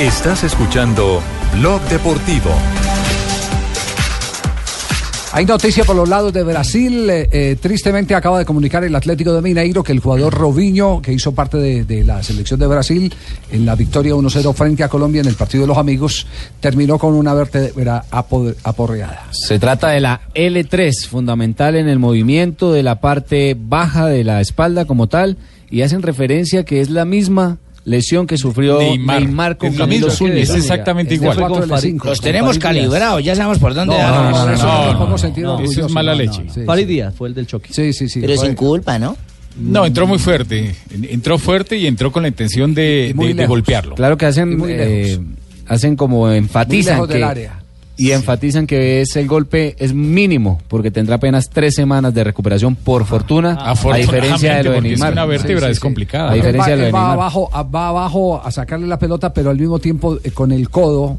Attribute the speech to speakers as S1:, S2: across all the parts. S1: Estás escuchando Blog Deportivo.
S2: Hay noticia por los lados de Brasil. eh, eh, tristemente acaba de comunicar el Atlético de Mineiro que el jugador Robinho, que hizo parte de, de la selección de Brasil en la victoria 1-0 frente a Colombia en el partido de los amigos, terminó con una vértebra apo- aporreada.
S3: Se trata de la L3, fundamental en el movimiento de la parte baja de la espalda como tal, y hacen referencia que es la misma lesión que sufrió Neymar,
S4: Neymar.
S3: con
S4: Es la
S3: Camilo
S4: misma,
S3: Zúñiga.
S4: es exactamente
S3: Este
S4: igual.
S3: fue con
S2: Cuatro de las
S3: Farid-
S2: cinco.
S5: Los tenemos
S3: Farid Díaz.
S5: calibrados, ya sabemos por dónde
S2: No, no,
S5: darnos.
S2: no, no,
S4: no,
S2: eso
S4: no,
S2: tampoco
S4: no,
S2: sentido
S4: no, eso es
S2: orgulloso,
S4: mala
S2: no, no,
S4: leche.
S2: sí,
S6: Farid
S2: sí.
S6: Díaz fue el del choque.
S2: Sí, sí, sí.
S5: Pero
S2: fue-
S5: sin culpa, ¿no?
S4: No, entró muy fuerte. En- Entró fuerte y entró con la intención de,
S2: muy
S4: de- de
S2: lejos.
S4: golpearlo.
S3: Claro que
S2: Y
S3: hacen,
S2: muy lejos.
S3: eh, hacen como enfatizan
S2: Muy lejos del
S3: que,
S2: área.
S3: y enfatizan que es el golpe es mínimo porque tendrá apenas tres semanas de recuperación
S2: Ah.
S3: por fortuna, a
S4: Afortunadamente,
S3: diferencia de lo de
S4: porque es que
S3: Neymar.
S4: una vértebra
S3: Sí, sí,
S4: es
S3: sí.
S4: complicada.
S3: A
S4: ¿no?
S2: Él
S3: diferencia
S2: va,
S3: de lo de
S2: él va
S3: Neymar.
S2: abajo, a- va abajo a sacarle la pelota, pero al mismo tiempo eh, con el codo,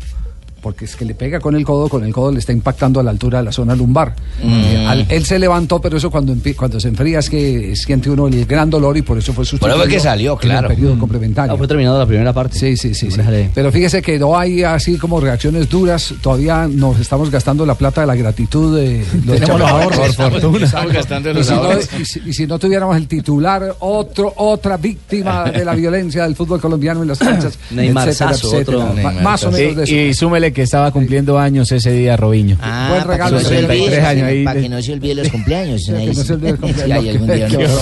S2: porque es que le pega con el codo, con el codo le está impactando a la altura de la zona lumbar.
S6: Mm.
S5: Mm.
S2: Eh, al- él se levantó, pero eso cuando, empie- cuando se enfría es que siente uno el gran dolor y por eso fue sustituido.
S5: fue que salió, claro.
S2: En el periodo complementario.
S6: Ah, fue terminada la primera parte.
S2: Sí, sí, sí, sí.
S6: Hombre,
S2: Pero fíjese que no hay así como reacciones duras. Todavía nos estamos gastando la plata de la gratitud de los ahorros.
S5: Estamos gastando
S2: Y si, no, y si- y si no tuviéramos el titular, otro, otra víctima de la violencia del fútbol colombiano en las canchas.
S6: Neymar
S2: etcétera,
S6: Sazo,
S2: etcétera.
S6: otro
S2: Ma-
S5: Neymar
S2: Más o
S5: Sazo.
S2: menos de
S3: Y,
S2: eso.
S3: y súmele que estaba cumpliendo años ese día Robinho.
S5: Ah,
S2: Buen
S5: para que
S2: regalo,
S5: no se
S2: 33
S5: olvide,
S3: años ahí.
S5: Para que no se olvide los cumpleaños.
S2: que no se olvide el cumpleaños.
S5: Sí, hay algún día,
S2: Qué
S5: ¿no?
S2: horror.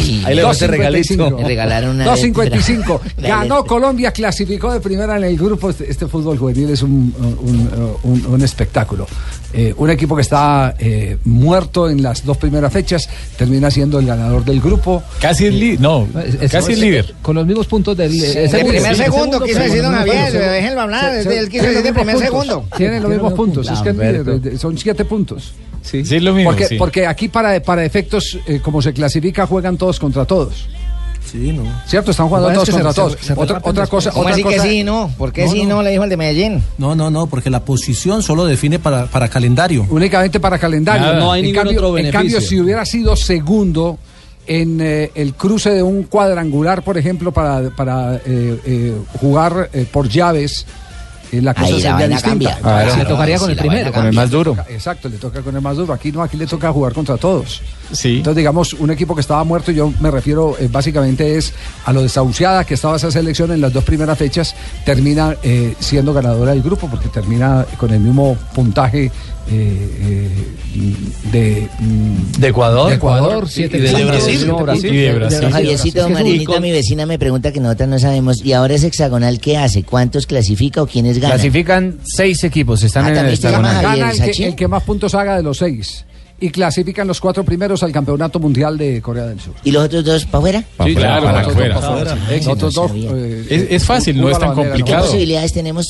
S5: Ay,
S6: Ahí le
S5: dos-
S6: ese regalito.
S5: Me regalaron una
S2: 2.55.
S5: letra. La
S2: Ganó
S5: letra.
S2: Colombia, clasificó de primera en el grupo. Este, este fútbol juvenil es un, un- un- un espectáculo. Eh, un equipo que está eh, muerto en las dos primeras fechas termina siendo el ganador del grupo.
S4: Casi es líder. No, casi es líder.
S6: Con los mismos puntos del.
S5: De primer segundo, quiso decir don Javier,
S2: segundo.
S5: déjenlo hablar,
S2: Se- se-
S5: él quiso
S2: tienen
S5: decir de
S2: los mismos
S5: primer
S2: puntos.
S5: segundo.
S2: Tienen los mismos puntos. Es que el líder, eh, son siete puntos.
S6: Sí.
S4: Sí, es lo mismo.
S2: porque,
S4: sí.
S2: porque aquí para, para efectos, eh, como se clasifica, juegan todos contra todos.
S7: Sí, no.
S2: ¿Cierto? Están jugando
S7: Lo que
S2: todos
S7: pasa es
S2: contra
S7: que se-
S2: todos.
S7: se- se
S2: otra,
S7: reparten
S2: otra
S7: los
S2: cosa,
S7: puntos.
S5: ¿Cómo
S2: otra
S5: así que
S2: cosa.
S5: sí, no? ¿Por qué
S7: No,
S5: sí,
S7: no.
S5: no? Le dijo el de Medellín.
S7: No, no, no, porque la posición solo define para, para calendario.
S2: Únicamente para calendario.
S4: Nada.
S6: No hay
S2: en
S6: ningún
S2: cambio,
S6: otro
S2: En
S6: beneficio.
S2: cambio, si hubiera sido segundo en eh, el cruce de un cuadrangular, por ejemplo, para, para eh, eh, jugar eh, por llaves, eh, la cosa
S5: Ahí la
S2: sería
S5: vaina
S2: distinta.
S5: cambia.
S3: Ah,
S5: Claro,
S3: le tocaría
S5: sí,
S3: con el
S5: la vaina
S3: primero, con el
S5: cambia.
S3: más duro.
S2: Exacto, le toca con el más duro. Aquí no, aquí le toca jugar contra todos.
S4: Sí.
S2: Entonces, digamos, un equipo que estaba muerto, yo me refiero eh, básicamente es a lo desahuciada que estaba esa selección en las dos primeras fechas, termina eh, siendo ganadora del grupo porque termina con el mismo puntaje eh, eh, de, mm,
S6: De Ecuador.
S2: de Ecuador. sí,
S6: siete
S2: y de
S6: puntos.
S2: Brasil.
S6: No,
S4: Y de Brasil.
S5: Don Javiercito, don
S6: Es que es un-
S5: Marinita, mi vecina me pregunta que nosotros no sabemos. ¿Y ahora ese hexagonal qué hace? ¿Cuántos clasifica o quiénes ganan?
S3: Clasifican seis equipos, están
S5: Ah,
S3: en el
S5: también se llama
S3: hexagonal.
S5: Javier
S2: Gana el que,
S5: Sachin.
S2: el que más puntos haga de los seis y clasifican los cuatro primeros al Campeonato Mundial de Corea del Sur.
S5: ¿Y los otros dos para afuera?
S4: Sí,
S3: fuera,
S4: claro,
S3: para
S4: para
S2: Nosotros
S4: afuera.
S2: dos para afuera.
S5: Sí, no
S2: Nosotros dos,
S5: sabía.
S2: eh,
S4: Es- es fácil, no
S2: una
S4: es tan
S2: bandera,
S5: ¿Qué
S4: Claro.
S5: posibilidades tenemos?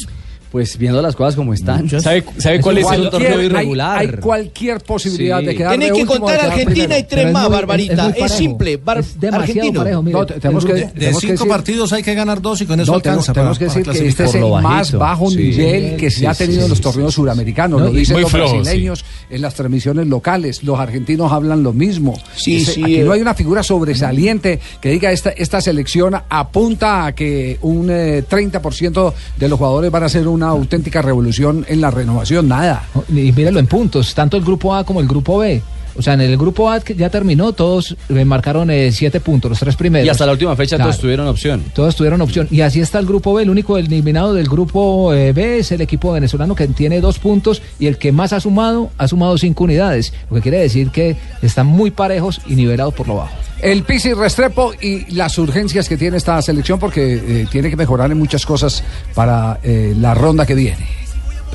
S6: Pues viendo las cosas como están.
S4: ¿Sabe, sabe
S6: Es
S4: cuál es
S6: igual.
S4: el
S6: torneo
S2: Cualquier- hay-
S6: irregular.
S2: Hay, cualquier posibilidad
S6: Sí.
S2: de quedar
S8: Tienen
S2: de
S8: que
S2: último o de
S8: contar
S2: quedar
S8: Argentina y
S2: primero.
S8: tres más, Barbarita. Es,
S6: parejo.
S8: simple. Bar-
S6: Es demasiado
S8: argentino.
S6: parejo, mire.
S2: No, te- tenemos que,
S7: De, de
S2: tenemos que
S7: cinco
S2: decir-
S7: partidos hay que ganar dos y con eso
S2: no, tenemos,
S7: alcanza.
S2: tenemos que
S7: para-
S2: decir
S7: para
S2: que este es
S6: clasificar.
S2: el
S6: Por lo
S2: más
S6: bajito.
S2: bajo
S6: Sí.
S2: nivel que
S6: Sí,
S2: se ha
S6: sí,
S2: tenido en
S6: sí,
S2: los
S6: sí,
S2: torneos suramericanos,
S6: No,
S2: lo
S6: y
S2: dicen
S4: muy
S2: los
S4: flojo,
S2: brasileños en las transmisiones locales, los argentinos hablan lo mismo.
S8: Sí,
S2: Ese-
S8: sí,
S2: aquí no
S8: eh.
S2: hay una figura sobresaliente que diga esta, esta selección apunta a que un eh, 30% de los jugadores van a hacer una auténtica revolución en la renovación, nada.
S9: Y míralo en puntos, tanto el grupo A como el grupo B. O sea, en el grupo A que ya terminó, todos eh, marcaron eh, siete puntos, los tres primeros.
S6: Y hasta la última fecha
S9: Claro.
S6: todos tuvieron opción.
S9: Todos tuvieron opción. Y así está el grupo B. El único eliminado del grupo eh, B es el equipo venezolano que tiene dos puntos y el que más ha sumado, ha sumado cinco unidades. Lo que quiere decir que están muy parejos y nivelados por lo bajo.
S2: El Pisi Restrepo y las urgencias que tiene esta selección porque eh, tiene que mejorar en muchas cosas para eh, la ronda que viene.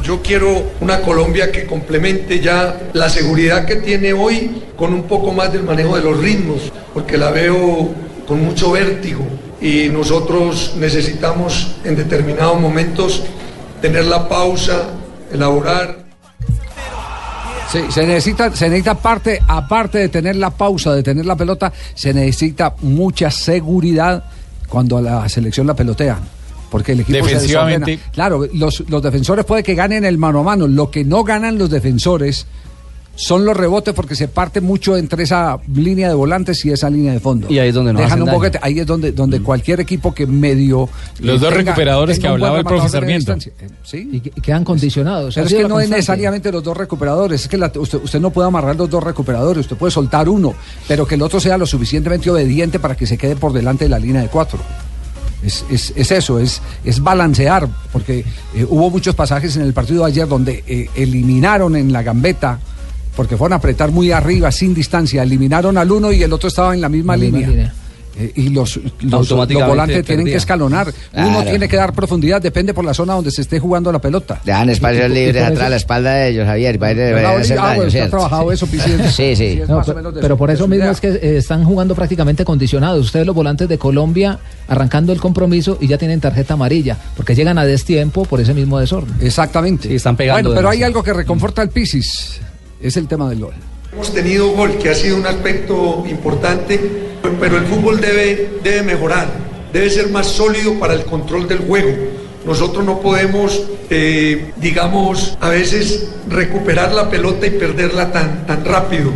S10: Yo quiero una Colombia que complemente ya la seguridad que tiene hoy con un poco más del manejo de los ritmos, porque la veo con mucho vértigo y nosotros necesitamos en determinados momentos tener la pausa, elaborar.
S2: Sí, se necesita, se necesita parte, aparte de tener la pausa, de tener la pelota, se necesita mucha seguridad cuando a la selección la pelotean. Porque el equipo se
S4: Defensivamente.
S2: desordena. Claro, los, los defensores puede que ganen el mano a mano. Lo que no ganan los defensores son los rebotes porque se parte mucho entre esa línea de volantes y esa línea de fondo.
S6: Y ahí es donde nos
S2: Dejan
S6: hacen
S2: un
S6: daño.
S2: boquete, ahí es donde, donde cualquier equipo que medio...
S4: Mm. Los
S2: eh,
S4: dos recuperadores que
S2: un buen
S4: hablaba el
S2: rematador
S4: profesor
S2: de
S4: Miento.
S2: distancia. Eh, Sí,
S9: Y que- y quedan condicionados.
S2: pero
S9: Ha
S2: es
S9: sido
S2: que
S9: la
S2: no es
S9: constante.
S2: necesariamente los dos recuperadores, es que la- usted, usted no puede amarrar los dos recuperadores, usted puede soltar uno, pero que el otro sea lo suficientemente obediente para que se quede por delante de la línea de cuatro. Es, es- es eso, es, es balancear, porque eh, hubo muchos pasajes en el partido de ayer donde eh, eliminaron en la gambeta, porque fueron a apretar muy arriba, sin distancia, eliminaron al uno y el otro estaba en la misma
S9: La misma
S2: línea.
S9: línea.
S2: Eh, y los, los- los,
S6: Automáticamente
S2: volantes tienen que
S6: perdía.
S2: escalonar. Uno
S8: Claro.
S2: tiene que dar profundidad, depende por la zona donde se esté jugando la pelota.
S8: Dejan espacios
S9: Y- y- y
S8: libres
S9: por
S8: atrás
S9: eso-
S8: a la espalda de ellos, Javier. Para ir
S2: Pero
S8: a
S2: ahora-
S8: hacer
S2: ah,
S8: daño,
S2: bueno, usted ha
S8: ¿cierto?
S2: trabajado eso, Pisidente.
S8: Sí, sí.
S2: es
S9: No,
S2: más
S9: pe-
S2: o menos de
S9: pero
S2: su-
S9: por
S2: de
S9: eso
S2: su
S9: mismo
S2: idea.
S9: es que eh, están jugando prácticamente condicionados. Ustedes los volantes de Colombia arrancando el compromiso y ya tienen tarjeta amarilla, porque llegan a destiempo por ese mismo desorden.
S2: Exactamente.
S6: Sí, están
S2: Bueno,
S6: pegando
S2: pero hay
S6: demasiado.
S2: algo que reconforta al Pisis. Es el tema del gol.
S10: Hemos tenido gol, que ha sido un aspecto importante, pero el fútbol debe, debe mejorar, debe ser más sólido para el control del juego. Nosotros no podemos, eh, digamos, a veces recuperar la pelota y perderla tan, tan rápido.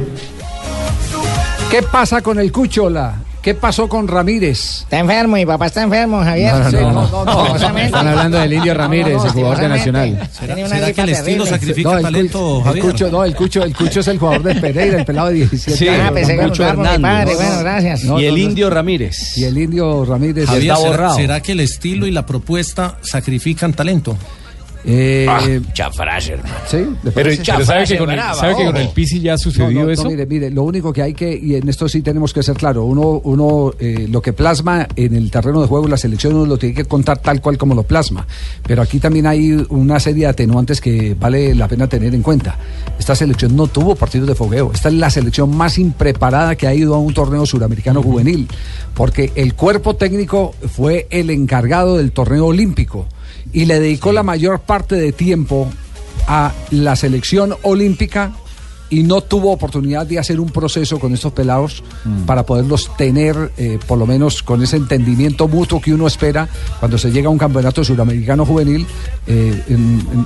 S2: ¿Qué pasa con el Cuchola? ¿Qué pasó con Ramírez?
S5: Está enfermo, mi papá está enfermo, Javier.
S2: No, no,
S5: Sí,
S2: no, no, no, no.
S5: lastimosamente.
S3: Están hablando del Indio Ramírez, el jugador de
S5: lastimosamente.
S3: Nacional.
S5: Tenía una
S7: será
S5: gripa
S7: que el estilo
S5: terrible.
S7: sacrifica
S2: el,
S7: talento,
S2: Cucho, el
S7: Javier?
S2: Cucho, no, el Cucho, el Cucho es el jugador de Pereira, el pelado de 17
S6: Sí,
S5: Ah,
S2: años.
S5: pensé que era un
S6: Mucho
S5: barro, mi
S6: Hernández.
S5: padre.
S6: No,
S5: Bueno,
S6: no.
S5: gracias.
S2: No,
S6: y
S2: no,
S6: el
S2: no.
S6: Indio Ramírez.
S2: Y el indio Ramírez.
S7: Javier,
S6: está
S7: ¿será-
S6: borrado.
S7: ¿será que el estilo y la propuesta sacrifican talento?
S2: Eh,
S11: Ah,
S8: Mucha frase, hermano.
S2: sí, ¿le
S4: Pero,
S2: parece?
S4: pero sabe que con el,
S8: brava,
S4: sabe que con el
S8: ojo.
S4: Pisi ya sucedió
S2: No, no, no,
S4: eso.
S2: mire, mire, lo único que hay que, y en esto sí tenemos que ser claro, uno, uno eh, lo que plasma en el terreno de juego la selección uno lo tiene que contar tal cual como lo plasma. Pero aquí también hay una serie de atenuantes que vale la pena tener en cuenta. Esta selección no tuvo partidos de fogueo. Esta es la selección más impreparada que ha ido a un torneo suramericano juvenil, porque el cuerpo técnico fue el encargado del torneo olímpico y le dedicó la mayor parte de tiempo a la selección olímpica y no tuvo oportunidad de hacer un proceso con estos pelados para poderlos tener, eh, por lo menos con ese entendimiento mutuo que uno espera cuando se llega a un campeonato suramericano juvenil, eh, en-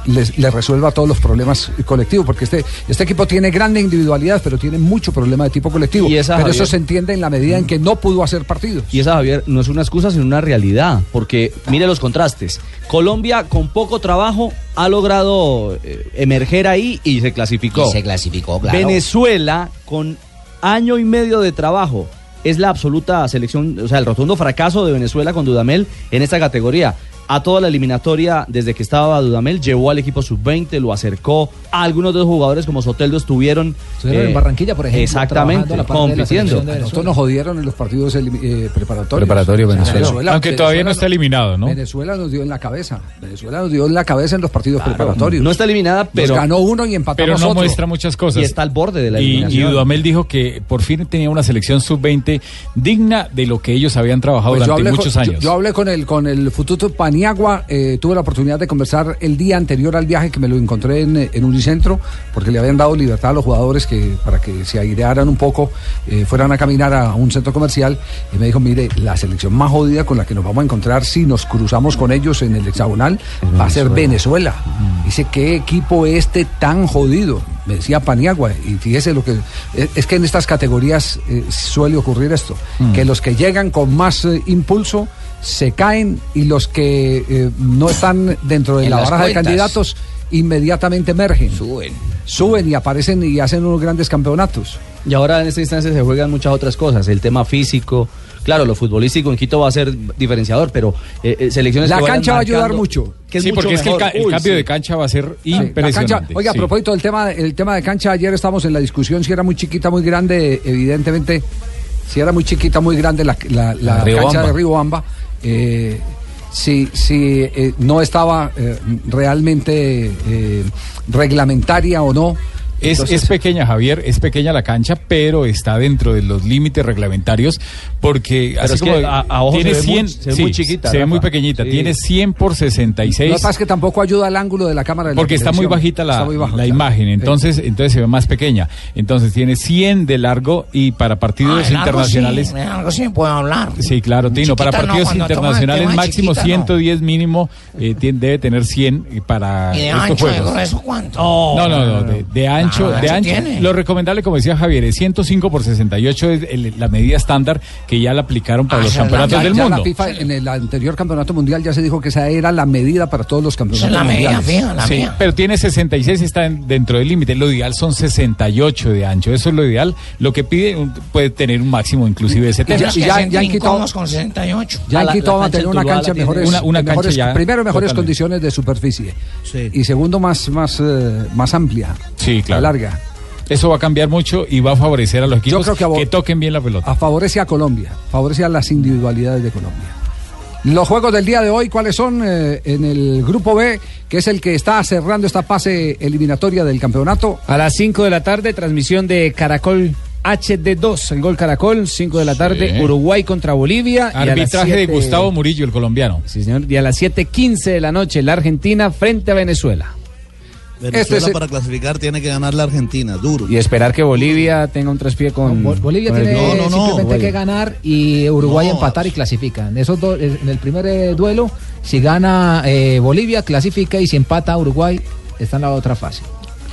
S2: en- les, les resuelva todos los problemas colectivos, porque este, este equipo tiene grande individualidad, pero tiene mucho problema de tipo colectivo.
S6: Y esa,
S2: pero eso
S6: Javier- Eh,
S2: se entiende en la medida en que no pudo hacer partidos.
S6: Y esa, Javier, no es una excusa, sino una realidad, porque mire los contrastes. Colombia, con poco trabajo, ha logrado eh, emerger ahí y se clasificó.
S5: Y se clasificó, claro.
S6: Venezuela, con año y medio de trabajo, es la absoluta selección, o sea, el rotundo fracaso de Venezuela con Dudamel en esta categoría. A toda la eliminatoria, desde que estaba Dudamel, llevó al equipo sub-20, lo acercó. Algunos de los jugadores, como Soteldo, estuvieron.
S9: Estuvieron
S6: eh,
S9: en Barranquilla, por ejemplo.
S6: Exactamente,
S9: trabajando la parte de la
S6: compitiendo.
S9: selección de Venezuela.
S2: Nosotros nos jodieron en los partidos elim- eh, preparatorios.
S3: Preparatorio, Venezuela.
S4: Aunque todavía no está eliminado, ¿no?
S2: Venezuela nos dio en la cabeza. Venezuela nos dio en la cabeza en los partidos preparatorios.
S6: No está eliminada,
S2: Nos
S6: pero.
S2: ganó uno y empatamos
S4: Pero no
S2: otro.
S4: muestra muchas cosas.
S6: Y está al borde de la
S4: Y, y
S6: eliminación.
S4: Dudamel dijo que por fin tenía una selección sub-20 digna de lo que ellos habían trabajado
S2: Pues yo,
S4: durante
S2: hablé
S4: muchos
S2: con,
S4: años.
S2: yo- yo hablé con el con el Fututo Paniagua, eh, tuve la oportunidad de conversar el día anterior al viaje que me lo encontré en, eh, en Unicentro, porque le habían dado libertad a los jugadores que para que se airearan un poco, eh, fueran a caminar a un centro comercial, y me dijo, mire, la selección más jodida con la que nos vamos a encontrar si nos cruzamos con ellos en el hexagonal va a ser Venezuela. Dice, ¿qué equipo este tan jodido? Me decía Paniagua, y fíjese lo que... eh, Es que en estas categorías eh, suele ocurrir esto, que los que llegan con más eh, impulso se caen y los que eh, no están dentro de
S5: En
S2: la
S5: las
S2: baraja de
S5: cuentas.
S2: candidatos inmediatamente emergen,
S5: Suben.
S2: suben y aparecen y hacen unos grandes campeonatos.
S6: Y ahora en esta instancia se juegan muchas otras cosas, el tema físico. Claro, lo futbolístico en Quito va a ser diferenciador, pero eh, eh, selecciones
S2: La
S6: que vayan
S2: cancha va a ayudar
S6: marcando,
S2: mucho.
S6: que es
S4: sí,
S6: mucho
S4: porque es que el,
S6: mejor.
S4: ca- el
S6: Uy,
S4: cambio
S6: sí.
S4: de cancha va a ser
S2: Sí, la
S4: impresionante.
S2: cancha- oiga,
S4: sí.
S2: a propósito del tema, el tema de cancha, ayer estábamos en la discusión si era muy chiquita, muy grande, evidentemente, si era muy chiquita, muy grande la, la- la
S3: La Riobamba.
S2: cancha de Riobamba, eh, si, si eh, no estaba eh, realmente eh, reglamentaria o no.
S4: Es,
S2: Entonces,
S4: es pequeña, Javier, es pequeña la cancha, pero está dentro de los límites reglamentarios porque así
S6: es que
S4: como
S6: a- a ojo
S4: tiene
S6: se ve muy-
S4: 100,
S6: se ve muy chiquita,
S4: se ve
S6: Rafa.
S4: muy pequeñita,
S6: Sí.
S4: tiene 100 por
S2: lo
S4: 66.
S2: que pasa es que tampoco ayuda al ángulo de la cámara. de la
S4: Porque está muy
S2: televisión.
S4: bajita la,
S2: Está muy bajo,
S4: la
S2: claro.
S4: imagen,
S2: Eh,
S4: entonces, entonces se ve más pequeña. Entonces tiene 100 de largo y para partidos
S5: Ah, algo sí,
S4: internacionales.
S5: algo sí puedo hablar.
S4: Sí, claro, Tino. Para
S5: Chiquita no,
S4: partidos
S5: cuando toma el
S4: internacionales
S5: tema,
S4: máximo
S5: chiquita no.
S4: 110 mínimo eh, tien- debe tener 100 para
S5: Y de
S4: estos
S5: ancho, de
S4: juegos.
S5: grueso, ¿cuánto?
S2: Oh.
S4: No, no, no, de, de ancho ancho,
S11: Ah,
S4: de
S11: ancho
S4: ancho.
S11: tiene.
S4: Lo recomendable, como decía Javier, es 105 por 68 es el- la medida estándar que ya la aplicaron para los campeonatos
S2: Ah, Ya-
S4: del
S2: ya
S4: mundo.
S2: La FIFA en el anterior campeonato mundial ya se dijo que esa era la medida para todos los campeonatos mundiales.
S4: Sí, pero tiene 66 y está en- dentro del límite. Lo ideal son 68 de ancho. Eso es lo ideal. Lo que pide un- puede tener un máximo inclusive de 70.
S2: Y ya- ya han quitado-
S11: con 68.
S2: Ya en
S11: Ah, la-
S2: Quito
S11: la
S2: va a
S11: cancha
S2: tener
S11: en
S2: una
S11: Tuluá la
S2: cancha en
S11: tiene.
S2: mejores,
S11: Una- una
S2: en
S11: cancha
S2: mejores-
S11: ya,
S2: primero mejores
S11: totalmente.
S2: condiciones de superficie y segundo más más eh, más amplia,
S4: Sí, claro.
S2: larga.
S4: Eso va a cambiar mucho y va a favorecer a los equipos
S2: creo que a
S4: que,
S2: vos-
S4: toquen bien la pelota.
S2: A- favorece a Colombia, favorece a las individualidades de Colombia. Los juegos del día de hoy, ¿cuáles son? Eh, en el grupo B, que es el que está cerrando esta fase eliminatoria del campeonato.
S3: A las 5 de la tarde, transmisión de Caracol HD2, el gol Caracol, 5 de la tarde, Uruguay contra Bolivia. y a las
S4: Arbitraje de
S3: siete-
S4: Gustavo Murillo, el colombiano.
S3: Sí, señor. Y a las 7.15 de la noche, la Argentina frente a Venezuela. Este
S12: Venezuela
S3: es-
S12: para clasificar tiene que ganar la Argentina, duro.
S3: Y esperar que Bolivia tenga un traspié con.
S9: Bolivia
S3: con el
S9: tiene
S3: grupo.
S9: simplemente que ganar y Uruguay
S3: No,
S9: empatar y clasifica. En, esos dos- en el primer eh, duelo, si gana eh, Bolivia, clasifica y si empata Uruguay, está en la otra fase.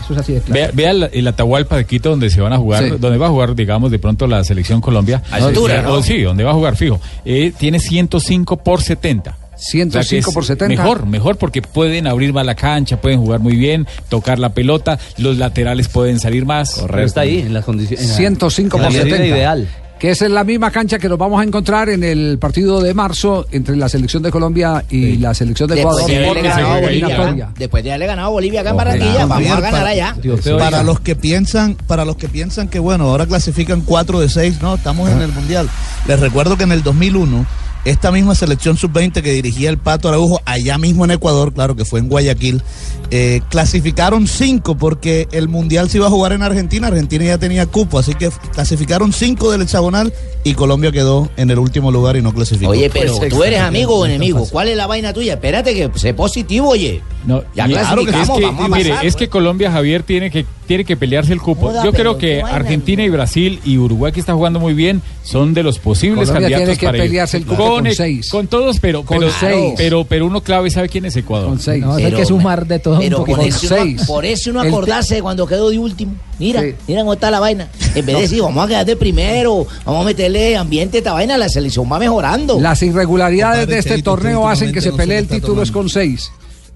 S9: Eso es así de claro.
S4: Vea, vea el, el Atahualpa de Quito donde se van a jugar,
S9: Sí.
S4: donde va a jugar, digamos, de pronto la selección Colombia.
S9: A esa altura,
S4: Eh,
S9: ¿no?
S4: o sí, donde va a jugar fijo. Eh, tiene 105 por 70.
S2: 105 por 70.
S4: Mejor, mejor, porque pueden abrir más la cancha, pueden jugar muy bien, tocar la pelota, los laterales pueden salir más.
S6: Correcto. Está ahí, en las condiciones.
S2: 105
S4: en la
S2: por
S4: medida
S2: 70.
S4: ideal.
S2: Que es en la misma cancha que nos vamos a encontrar en el partido de marzo entre la selección de Colombia y la selección de
S11: Después
S2: Ecuador.
S11: de haberle
S2: Que se
S11: ganado a
S2: juega
S11: Bolivia,
S2: eliminatoria.
S11: acá, después de haberle ganado a Bolivia acá en
S2: Ojalá.
S11: Barranquilla, vamos a
S12: Javier,
S11: ganar
S12: para-
S11: allá.
S12: para los que piensan, para los que piensan que bueno, ahora clasifican 4 de 6, no, estamos en el mundial. Les recuerdo que en el 2001 esta misma selección sub-20 que dirigía el Pato Araujo allá mismo en Ecuador, claro que fue en Guayaquil, eh, clasificaron 5 porque el mundial se iba a jugar en Argentina, Argentina ya tenía cupo, así que clasificaron 5 del hexagonal y Colombia quedó en el último lugar y no clasificó.
S8: Oye, pero tú eres amigo o enemigo. ¿Cuál es la vaina tuya? Espérate que sé positivo, oye.
S4: No,
S8: Ya
S4: y-
S8: clasificamos,
S4: es que,
S8: vamos a
S4: mire,
S2: pues.
S8: pasar,
S4: es que Colombia, Javier, tiene que, tiene que pelearse el cupo.
S8: Joda,
S4: Yo creo
S8: pero
S4: que Argentina y Brasil y Uruguay, que está jugando muy bien, son de los posibles
S2: Colombia tiene
S4: candidatos
S2: que
S4: para ir.
S2: pelearse el cupo con
S4: e-
S2: seis.
S4: con todos, pero,
S2: Con
S4: pero,
S2: seis.
S4: pero pero uno clave sabe quién es Ecuador. Con
S2: seis.
S9: No, eso hay que sumar de todo un
S8: Pero
S9: poquito.
S8: por eso, uno, por eso uno acordarse de cuando quedó de último. Mira, mira cómo está la vaina. En vez de decir, vamos a quedar de primero, vamos a meterle ambiente a esta vaina, la selección va mejorando.
S2: Las irregularidades
S8: Compadre,
S2: de este
S8: Cheito,
S2: torneo
S8: usted
S2: hacen que se
S8: últimamente no
S2: pelee
S8: se
S2: el
S8: está
S2: título es con seis.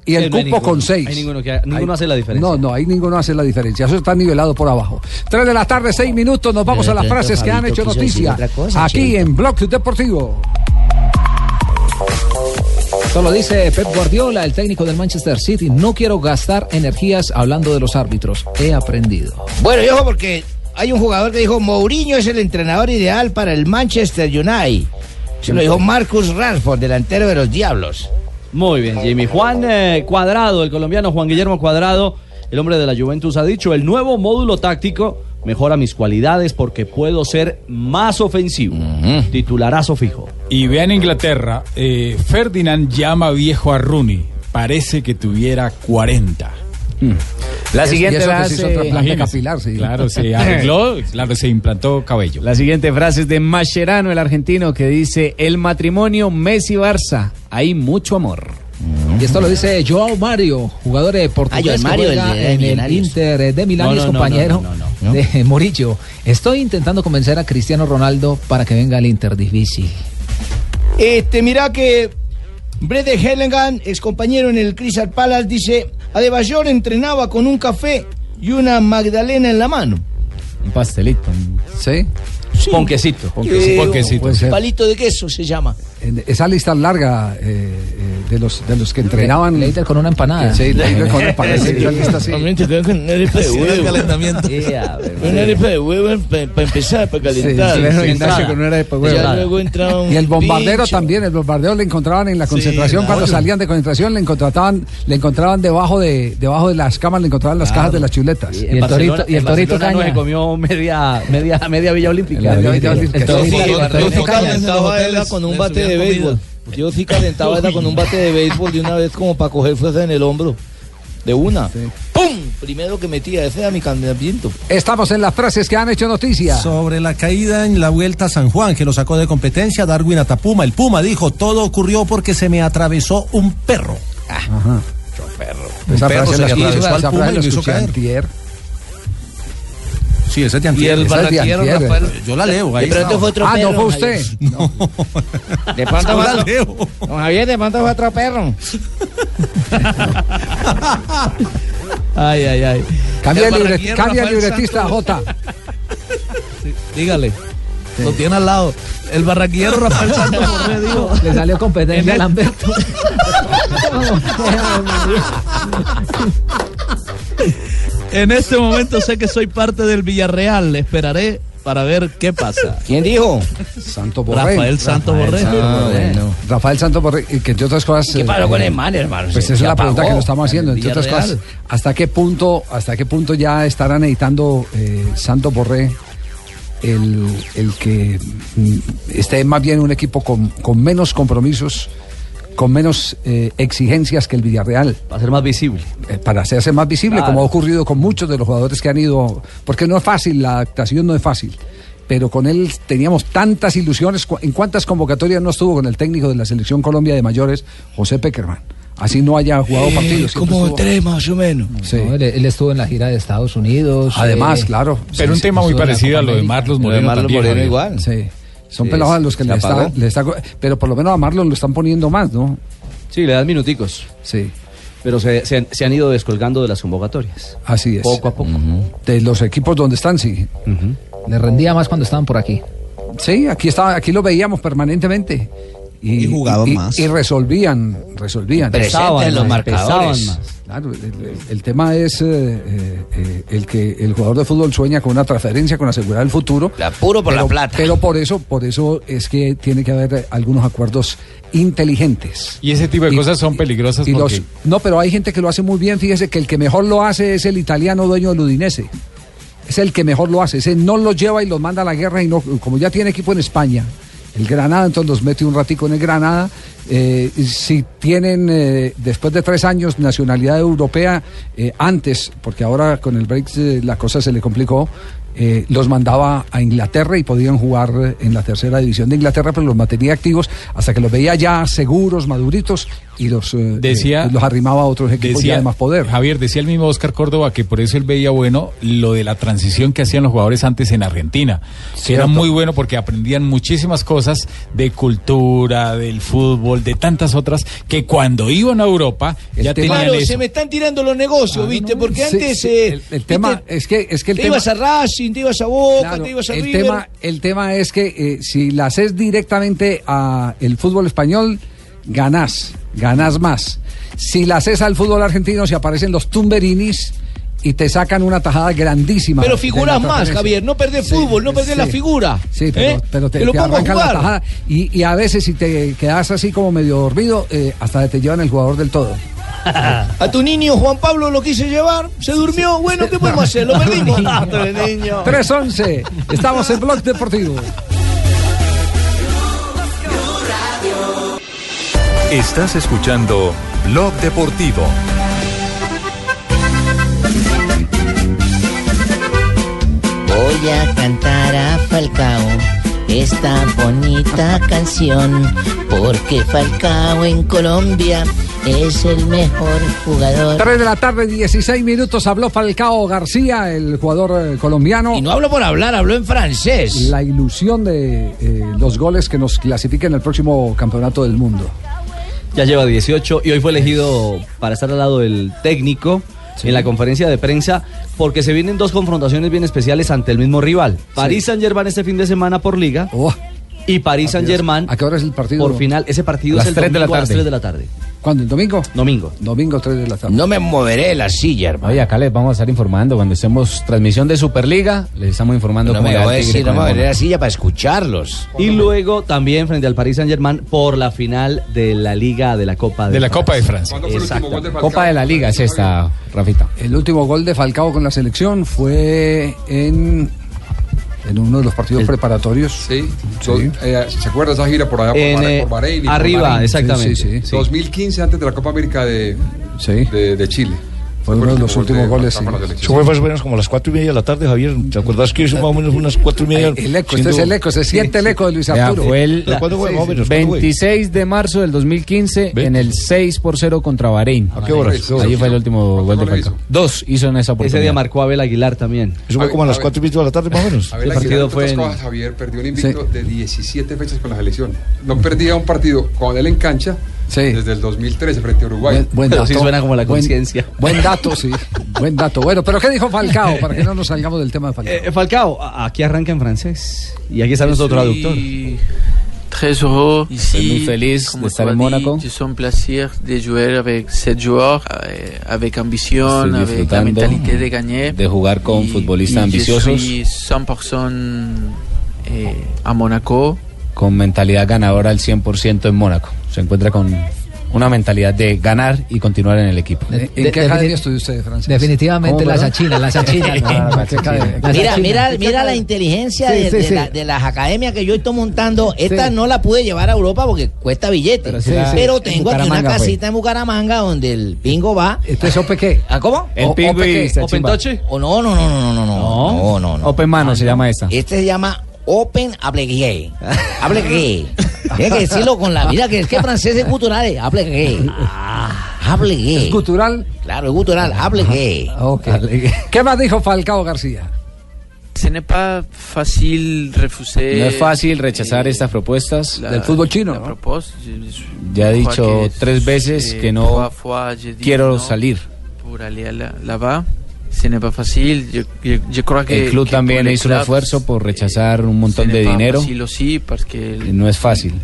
S2: Y el
S6: Sí, no
S2: cupo
S6: hay ninguno,
S2: con seis.
S6: hay ninguno que- ninguno hace la diferencia.
S2: No, no, ahí ninguno hace la diferencia. Eso está nivelado por abajo. Tres de la tarde, seis minutos. Nos vamos
S8: Pero
S2: a las
S8: de pronto
S2: frases que han
S8: Fabito
S2: hecho
S8: quiso decir
S2: noticia.
S8: otra cosa,
S2: Aquí
S8: Cheito.
S2: en Blog Deportivo.
S9: Esto lo dice Pep Guardiola, el técnico del Manchester City. No quiero gastar energías hablando de los árbitros. He aprendido.
S8: Bueno, y ojo, porque hay un jugador que dijo: Mourinho es el entrenador ideal para el Manchester United. Se lo dijo Marcus Rashford, delantero de los Diablos.
S6: Muy bien, Jimmy. Juan eh, Cuadrado, el colombiano Juan Guillermo Cuadrado, el hombre de la Juventus, ha dicho, el nuevo módulo táctico mejora mis cualidades porque puedo ser más ofensivo. Titularazo fijo.
S4: Y vean Inglaterra, eh, Ferdinand llama viejo a Rooney. Parece que tuviera 40.
S3: La siguiente frase-
S4: Imagínese.
S3: capilar, sí.
S4: Claro, se arregló, claro, se implantó cabello.
S3: La siguiente frase es de Mascherano, el argentino, que dice: El matrimonio Messi-Barça, hay mucho amor.
S11: Mm.
S9: Y esto lo dice Joao Mario, jugador de portugués
S3: Joao
S9: que
S3: Mario, Ah, el
S9: juega
S3: de- de
S9: en el
S3: Millonarios.
S9: Inter eh, de Milán
S3: No,
S9: y es
S3: no, no,
S9: compañero
S3: no, no, no, no.
S9: de Morillo. Estoy intentando convencer a Cristiano Ronaldo para que venga al Inter. Difícil.
S8: Este, mira que Brede Hellingham, ex compañero en el Crystal Palace, dice: Adebayor entrenaba con un café y una magdalena en la mano.
S3: Un pastelito.
S2: ¿Sí?
S6: Ponquecito.
S8: Eh, Palito de queso se llama.
S2: En esa lista larga eh, eh, de, los, de los que entrenaban. Leiter
S9: con una empanada.
S2: Ah. Sí, Leiter con una empanada. sí, esa lista sí.
S11: Realmente tengo que una arepa de huevo. Una arepa de huevo para empezar, para calentar.
S2: Sí, sí, sí.
S11: Ya luego entra un
S2: Y el bombardero
S11: pincho.
S2: también, el bombardeo le encontraban en la concentración,
S11: claro.
S2: cuando salían de concentración le encontraban, le encontraban debajo de, debajo de las camas, le encontraban las cajas de las chuletas.
S6: En Barcelona- en Barcelona no se comió media, media, media Villa Olímpica.
S2: La Villa Olímpica.
S6: El
S11: Yo
S6: torito-
S11: sí,
S6: el
S11: yo-
S6: torito
S11: yo sí
S6: Cañas.
S11: calentaba
S6: Hoteles
S11: era con un
S6: le
S11: bate de
S6: subían
S11: béisbol. Yo sí calentaba era con un bate de béisbol de una vez como para coger fuerza en el hombro. De una. ¡Pum! Primero que metía, ese era mi calentamiento.
S2: Estamos en las frases que han hecho noticia.
S7: Sobre la caída en la Vuelta a San Juan, que lo sacó de competencia, Darwin Atapuma, el Puma, dijo, todo ocurrió porque se me atravesó un perro.
S2: Ajá.
S7: Un
S2: Esa
S7: perro
S2: frase
S7: se
S2: la
S7: le
S2: escuché-
S7: atravesó al
S2: esa
S7: Puma
S2: frase
S7: y
S2: la
S7: lo hizo
S2: escuché
S7: caer.
S2: antier.
S7: Sí, esa es de
S11: Y
S7: antier.
S8: Pues
S11: el
S7: Esa es de
S11: barranquillero
S7: antier.
S11: Rafael.
S7: Yo la leo. Ahí
S11: De pronto
S7: está.
S11: fue otro
S7: Ah,
S11: Pedro,
S7: no fue
S11: Javier.
S7: usted.
S11: De pronto
S7: Yo
S11: fue
S7: la
S11: otro- Don Javier, de pronto fue otro perro.
S6: Ay, ay, ay.
S2: Cambia el,
S6: El
S2: libre-
S6: barranquillero
S2: cambia el
S6: Rafael
S2: libretista, J.
S12: Dígale. Lo tiene al lado. El barraquillero Rafael Santos Borré dijo.
S9: Le salió competencia a Lamberto.
S12: En este momento sé que soy parte del Villarreal. Esperaré para ver qué pasa.
S11: ¿Quién dijo?
S2: Santo
S12: Borré. Rafael Santos Borré.
S2: Rafael Santos Borré, y que entre otras cosas.
S11: ¿Qué pasó
S2: eh,
S11: con el man, hermano?
S2: Pues esa
S11: Se-
S2: es
S11: se
S2: la pregunta
S11: apagó
S2: que nos estamos haciendo.
S11: en el
S2: Entre otras cosas,
S11: Villarreal.
S2: ¿hasta qué punto, hasta qué punto ya estarán editando eh, Santos Borré el, el que mm, esté más bien un equipo con, con menos compromisos, con menos eh, exigencias que el Villarreal? Eh,
S6: Para ser más visible.
S2: para hacerse más visible,
S6: Claro.
S2: como ha ocurrido con muchos de los jugadores que han ido. Porque no es fácil, la adaptación no es fácil. Pero con él teníamos tantas ilusiones. cu- ¿En cuántas convocatorias no estuvo con el técnico de la Selección Colombia de Mayores, José Peckerman? Así no haya jugado
S9: Eh,
S2: partidos. siempre estuvo-
S9: más o menos. él, él estuvo en la gira de Estados Unidos. eh, pues
S2: Además, claro.
S4: Pero un tema muy parecido a lo de Marlos Moreno. también, Javier.
S2: Sí. Son
S4: Sí,
S2: pelados a los que
S4: se
S2: le está,
S4: apagó.
S2: le está co- Pero por lo menos a Marlon lo están poniendo más, ¿no?
S6: Sí, le dan minuticos.
S2: Sí.
S6: Pero se, se han, se han ido descolgando de las convocatorias.
S2: Así es.
S6: Poco a poco.
S2: De los equipos donde están, sí.
S9: Le rendía más cuando estaban por aquí.
S2: Sí, aquí estaba, aquí lo veíamos permanentemente. Y,
S9: jugaban
S2: y-
S9: más.
S2: Y resolvían, resolvían.
S11: Presentes los marcadores.
S2: Claro, el, el- el tema es eh, eh, eh, el que el jugador de fútbol sueña con una transferencia, con asegurar el futuro.
S11: puro por la
S2: pero-
S11: plata.
S2: Pero por eso, por eso es que tiene que haber eh, algunos acuerdos inteligentes.
S4: Y ese tipo de cosas son peligrosas
S2: Y los-
S4: porque
S2: no, pero hay gente que lo hace muy bien. Fíjese que el que mejor lo hace es el italiano dueño del Udinese. Es el que mejor lo hace. Ese no los lleva y los manda a la guerra. Y no, como ya tiene equipo en España, el Granada, entonces los mete un ratico en el Granada. Eh, y si tienen eh, después de tres años nacionalidad europea, eh, antes, porque ahora con el break eh, la cosa se le complicó. eh, los mandaba a Inglaterra y podían jugar eh, en la tercera división de Inglaterra, pero los mantenía activos hasta que los veía ya seguros, maduritos y los, eh,
S4: Decía-
S2: eh, los arrimaba a otros equipos y además poder.
S4: Javier, decía el mismo Oscar Córdoba que por eso él veía bueno lo de la transición que hacían los jugadores antes en Argentina. Que era
S2: Cierto.
S4: muy bueno porque aprendían muchísimas cosas de cultura, del fútbol, de tantas otras, que cuando iban a Europa ya tenían
S8: Claro,
S4: eso.
S8: se me están tirando los negocios, ¿viste? Porque
S2: Ah, Sí,
S8: antes.
S2: sí,
S8: eh,
S2: el, el tema
S8: ¿viste?
S2: es que es que el
S8: te
S2: tema
S8: ibas a Racing, te ibas a Boca,
S2: claro,
S8: te ibas a
S2: el
S8: River.
S2: tema el tema es que eh, si la haces directamente a el fútbol español ganás, ganás más. Si la haces al fútbol argentino se aparecen los tumberinis y te sacan una tajada grandísima.
S8: pero
S2: de
S8: figuras
S2: la
S8: más,
S2: transferencia.
S8: Javier. No perdés fútbol, no perdés
S2: sí.
S8: la figura.
S2: Sí, pero,
S8: ¿eh?
S2: pero te,
S8: lo
S2: te
S8: pongo a
S2: arrancan la
S8: jugar.
S2: tajada. Y, y a veces si te quedas así como medio dormido, eh, hasta te llevan el jugador del todo.
S8: A tu niño Juan Pablo lo quise llevar, se durmió. Bueno, ¿qué podemos hacer? Lo perdimos. Pobre niño.
S2: 311, estamos en Blog Deportivo.
S1: Estás escuchando Blog Deportivo.
S2: pues.
S5: Voy a cantar a Falcao esta bonita canción, porque Falcao en Colombia es el mejor jugador.
S2: 3 de la tarde, 16 minutos, habló Falcao García, el jugador eh, colombiano. Y
S11: no habló por hablar, habló en francés.
S2: La ilusión de eh, los goles que nos clasifiquen al próximo campeonato del mundo.
S6: Ya lleva 18 y hoy fue elegido para estar al lado del técnico en la conferencia de prensa porque se vienen dos confrontaciones bien especiales ante el mismo rival. París Saint-Germain este fin de semana por liga y París Saint-Germain
S2: Oh. Ah, ¿A qué hora es el partido?
S6: por final. Ese partido
S2: Las
S6: es el
S2: tres de la
S6: domingo a las
S2: tarde.
S6: 3 de la tarde.
S2: ¿Cuándo? ¿El domingo?
S6: Domingo.
S2: Domingo 3 de la tarde.
S11: No me moveré de la silla, hermano.
S3: Oye, acá les vamos a estar informando. Cuando estemos transmisión de Superliga, les estamos informando
S11: No
S3: cómo
S11: me
S3: le va
S11: voy a
S3: al Tigre
S11: decir,
S3: con
S11: no me
S3: el
S11: moveré de
S3: Bono.
S11: la silla para escucharlos.
S6: Y luego también frente al Paris Saint-Germain por la final de la Liga de la Copa de,
S4: De la Copa de Francia.
S6: Exacto.
S3: Copa de la Liga es esta, Rafita.
S2: El último gol de Falcao con la selección fue en, en uno de los partidos preparatorios.
S13: Sí, dos- eh, ¿se acuerda esa gira por allá por,
S2: En,
S13: Bahrein-
S2: eh,
S13: por Bahrein? y por
S2: arriba,
S13: Bahrein?
S2: exactamente. Sí, sí, sí.
S13: 2015, antes de la Copa América de, de, de Chile.
S2: Fue uno de los últimos goles. sí.
S14: Eso fue más o menos como a las cuatro y media de la tarde, Javier. ¿Te acordás que hizo más o menos unas cuatro y media?
S2: El eco, usted es el eco, se siente el eco de Luis
S3: Ya,
S2: Arturo.
S3: fue el
S2: Sí,
S14: ¿Cuándo fue,
S2: sí,
S14: más o menos? ¿Cuándo fue?
S3: 26 de marzo del 2015 en el 6 por 0 contra Bahrein.
S14: ¿A qué horas?
S3: Ahí fue el último gol de Falcao. Dos hizo en esa oportunidad.
S6: Ese día marcó Abel Aguilar también.
S14: Eso fue como a las cuatro y media de la tarde, más o menos.
S13: Abel Aguilar, entre otras cosas, Javier perdió un invicto de 17 fechas con la selección. No perdía un partido con él en cancha desde el 2013 frente a Uruguay.
S2: Buen, buen dato. Buen-
S6: conciencia.
S2: Buen, dato, sí. Buen dato. Bueno, pero ¿qué dijo Falcao? Para que no nos salgamos del tema de Falcao.
S6: Eh, Falcao, a- aquí arranca en francés. Y aquí está nuestro traductor.
S15: Très heureux
S3: Estoy
S15: ici.
S3: muy feliz de
S15: Como
S3: estar
S15: tu
S3: en
S15: as dit,
S3: Mónaco.
S15: C'est un plaisir de jouer avec ces joueurs, euh, avec ambition,
S3: Estoy
S15: avec la
S3: disfrutando
S15: mentalité de gagner.
S3: de jugar con futbolistas
S15: y
S3: ambiciosos.
S15: Yo soy 100% eh, a Mónaco.
S3: Con mentalidad ganadora al 100% en Mónaco. Se encuentra con una mentalidad de ganar y continuar en el equipo.
S2: ¿En qué
S9: de-
S2: academia estudió usted, Francisco?
S9: Definitivamente las achinas, las achinas.
S5: Mira, mira, mira la inteligencia
S9: Sí,
S5: de,
S9: sí,
S5: de
S9: sí.
S5: la- de las academias que yo estoy montando. Esta no la pude llevar a Europa porque cuesta billete. Pero,
S2: sí la- en
S5: tengo aquí una
S2: Bucaramanga fue.
S5: casita en Bucaramanga donde el pingo va.
S2: ¿Entonces Ope qué?
S5: ¿Ah, cómo?
S3: El
S5: O-
S3: Pingo
S5: Ope
S3: y
S5: qué?
S3: Sachimba.
S5: ¿Open Touch? O no, no, no, no, no, no, no, no, no.
S3: Open Mano se llama esa.
S5: Este se llama Open Ablegué. Ablegué. Tienes que decirlo con la vida, que es que francés es cultural. eh. Ablegué. Ablegué. ¿Es
S2: cultural?
S5: Claro, es cultural. Ablegué.
S2: Ok. ¿Qué más dijo Falcao García?
S15: Ce n'est pas facile refuser.
S3: No es fácil rechazar estas propuestas
S15: eh, la- la
S3: ¿no?
S15: propuesta. Je- je-
S3: Ya he
S15: crois
S3: dicho
S15: que
S3: tres veces
S15: eh,
S3: que no
S15: trois fois j'ai dit
S3: quiero
S15: non.
S3: salir.
S15: pour aller là- là-bas. Ce n'est pas facile. Je, je- je crois que
S3: El club
S15: que eh,
S3: también
S15: pour le
S3: hizo un
S15: club,
S3: esfuerzo por rechazar un montón
S15: ce
S3: de
S15: n'est pas
S3: dinero.
S15: facile aussi parce que
S3: y No es fácil.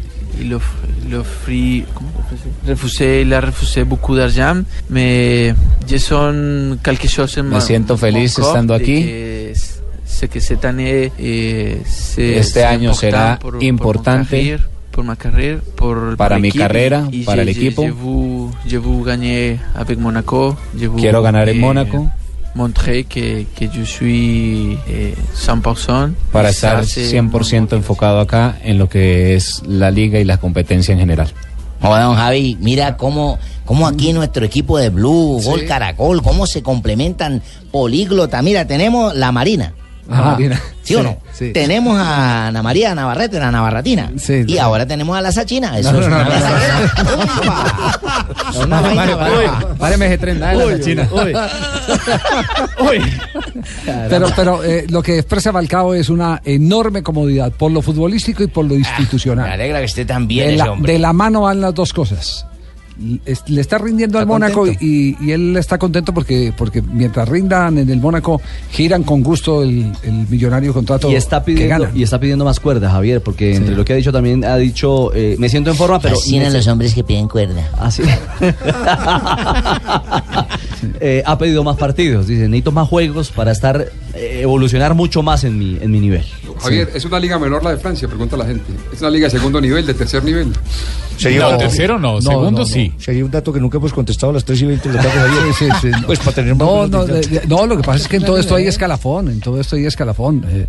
S15: il off- il offrit- comment on appelle ça refusé, il a refusé beaucoup d'argent, mais je sens quelque chose en
S3: Me
S15: ma-
S3: siento
S15: mon
S3: feliz
S15: corps
S3: estando
S15: de
S3: aquí.
S15: que s- sé que cette année, eh, c'est-
S3: Este
S15: c'est
S3: año
S15: important
S3: será
S15: pour- pour mon
S3: importante.
S15: carrière, pour ma carrière, pour-
S3: Para
S15: pour
S3: mi
S15: l'équipe.
S3: carrera,
S15: Y
S3: para el
S15: je- je-
S3: equipo.
S15: je vous- je vous gagner avec Monaco. Je vous,
S3: Quiero ganar en
S15: eh,
S3: Mónaco.
S15: Montrer que, que je suis eh, 100%.
S3: para
S15: Y
S3: estar
S15: ça, c'est
S3: 100% enfocado acá en lo que es la liga y la competencia en general.
S5: Joder, don Javi, mira cómo, cómo aquí nuestro equipo de Blue, Gol Caracol, cómo se complementan políglota. Mira, tenemos la Marina.
S2: Ajá.
S5: ¿Sí, o no?
S2: sí.
S5: Tenemos a Ana María Navarrete, la Navarratina. y ahora tenemos a la Sachina. Eso es una mesa-
S3: No, no, pare, pare, páreme ese tren, dale, la China.
S2: Pero, pero eh, lo que expresa Falcao es una enorme comodidad por lo futbolístico y por lo institucional.
S5: Ah, Me alegra que esté tan bien
S2: de,
S5: ese
S2: la,
S5: hombre.
S2: de la mano van las dos cosas. L- es- Le está rindiendo al Mónaco y, y él está contento porque, porque mientras rindan en el Mónaco, giran con gusto el, el millonario contrato
S6: Y está,
S2: que
S6: pidiendo,
S2: gana.
S6: y está pidiendo más cuerda, Javier, porque entre lo que ha dicho también ha dicho, eh, me siento en forma, pero... me-
S5: Fascinan
S6: Ah,
S5: los hombres que piden cuerda.
S6: Así. Eh, ha pedido más partidos, dice, necesito más juegos para estar, eh, evolucionar mucho más en mi, en mi nivel.
S13: Javier, ¿es una liga menor la de Francia? Pregunta la gente. ¿Es una liga de segundo nivel, de tercer nivel?
S14: No, Sería un dato que nunca hemos contestado a las 3 y 20 de la tarde, Javier.
S2: Sí, sí, sí.
S14: Pues para tener más
S2: No,
S14: menos
S2: no,
S14: de-
S2: de- de- no, lo que pasa es que en todo esto hay escalafón, en todo esto hay escalafón. Eh,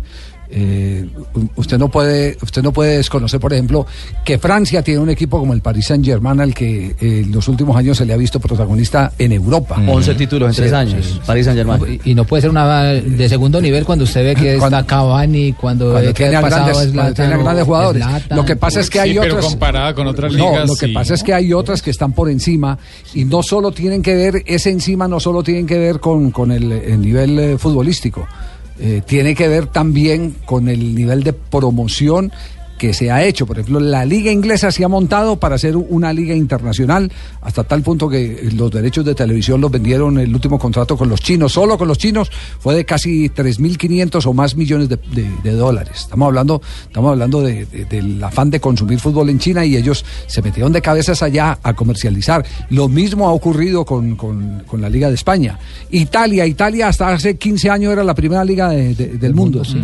S2: eh, u- usted no puede, usted no puede desconocer, por ejemplo, que Francia tiene un equipo como el Paris Saint Germain al que eh, en los últimos años se le ha visto protagonista en Europa. Mm.
S6: 11 títulos en
S2: Sí,
S6: tres
S2: sí,
S6: años, París Saint Germain.
S9: Y no puede ser una de segundo nivel cuando usted ve que está Cavani, cuando,
S2: Cuando
S9: ve que
S2: tiene,
S9: ha
S2: a
S9: pasado
S2: grandes, cuando tiene a grandes jugadores. lo que pasa es que hay
S4: Sí, pero
S2: otras.
S4: comparada con otras
S2: No,
S4: ligas,
S2: lo que
S4: sí.
S2: pasa es que hay otras que están por encima y no solo tienen que ver, ese encima no solo tienen que ver con, con el, el nivel eh, futbolístico, eh, tiene que ver también con el nivel de promoción que se ha hecho. Por ejemplo, la liga inglesa se ha montado para ser una liga internacional hasta tal punto que los derechos de televisión los vendieron el último contrato con los chinos, solo con los chinos fue de casi 3.500 o más millones de, de- de dólares. Estamos hablando, estamos hablando de- de- del afán de consumir fútbol en China y ellos se metieron de cabezas allá a comercializar. Lo mismo ha ocurrido con, con- con la Liga de España. Italia, Italia hasta hace 15 años era la primera liga de- de- del mundo. sí.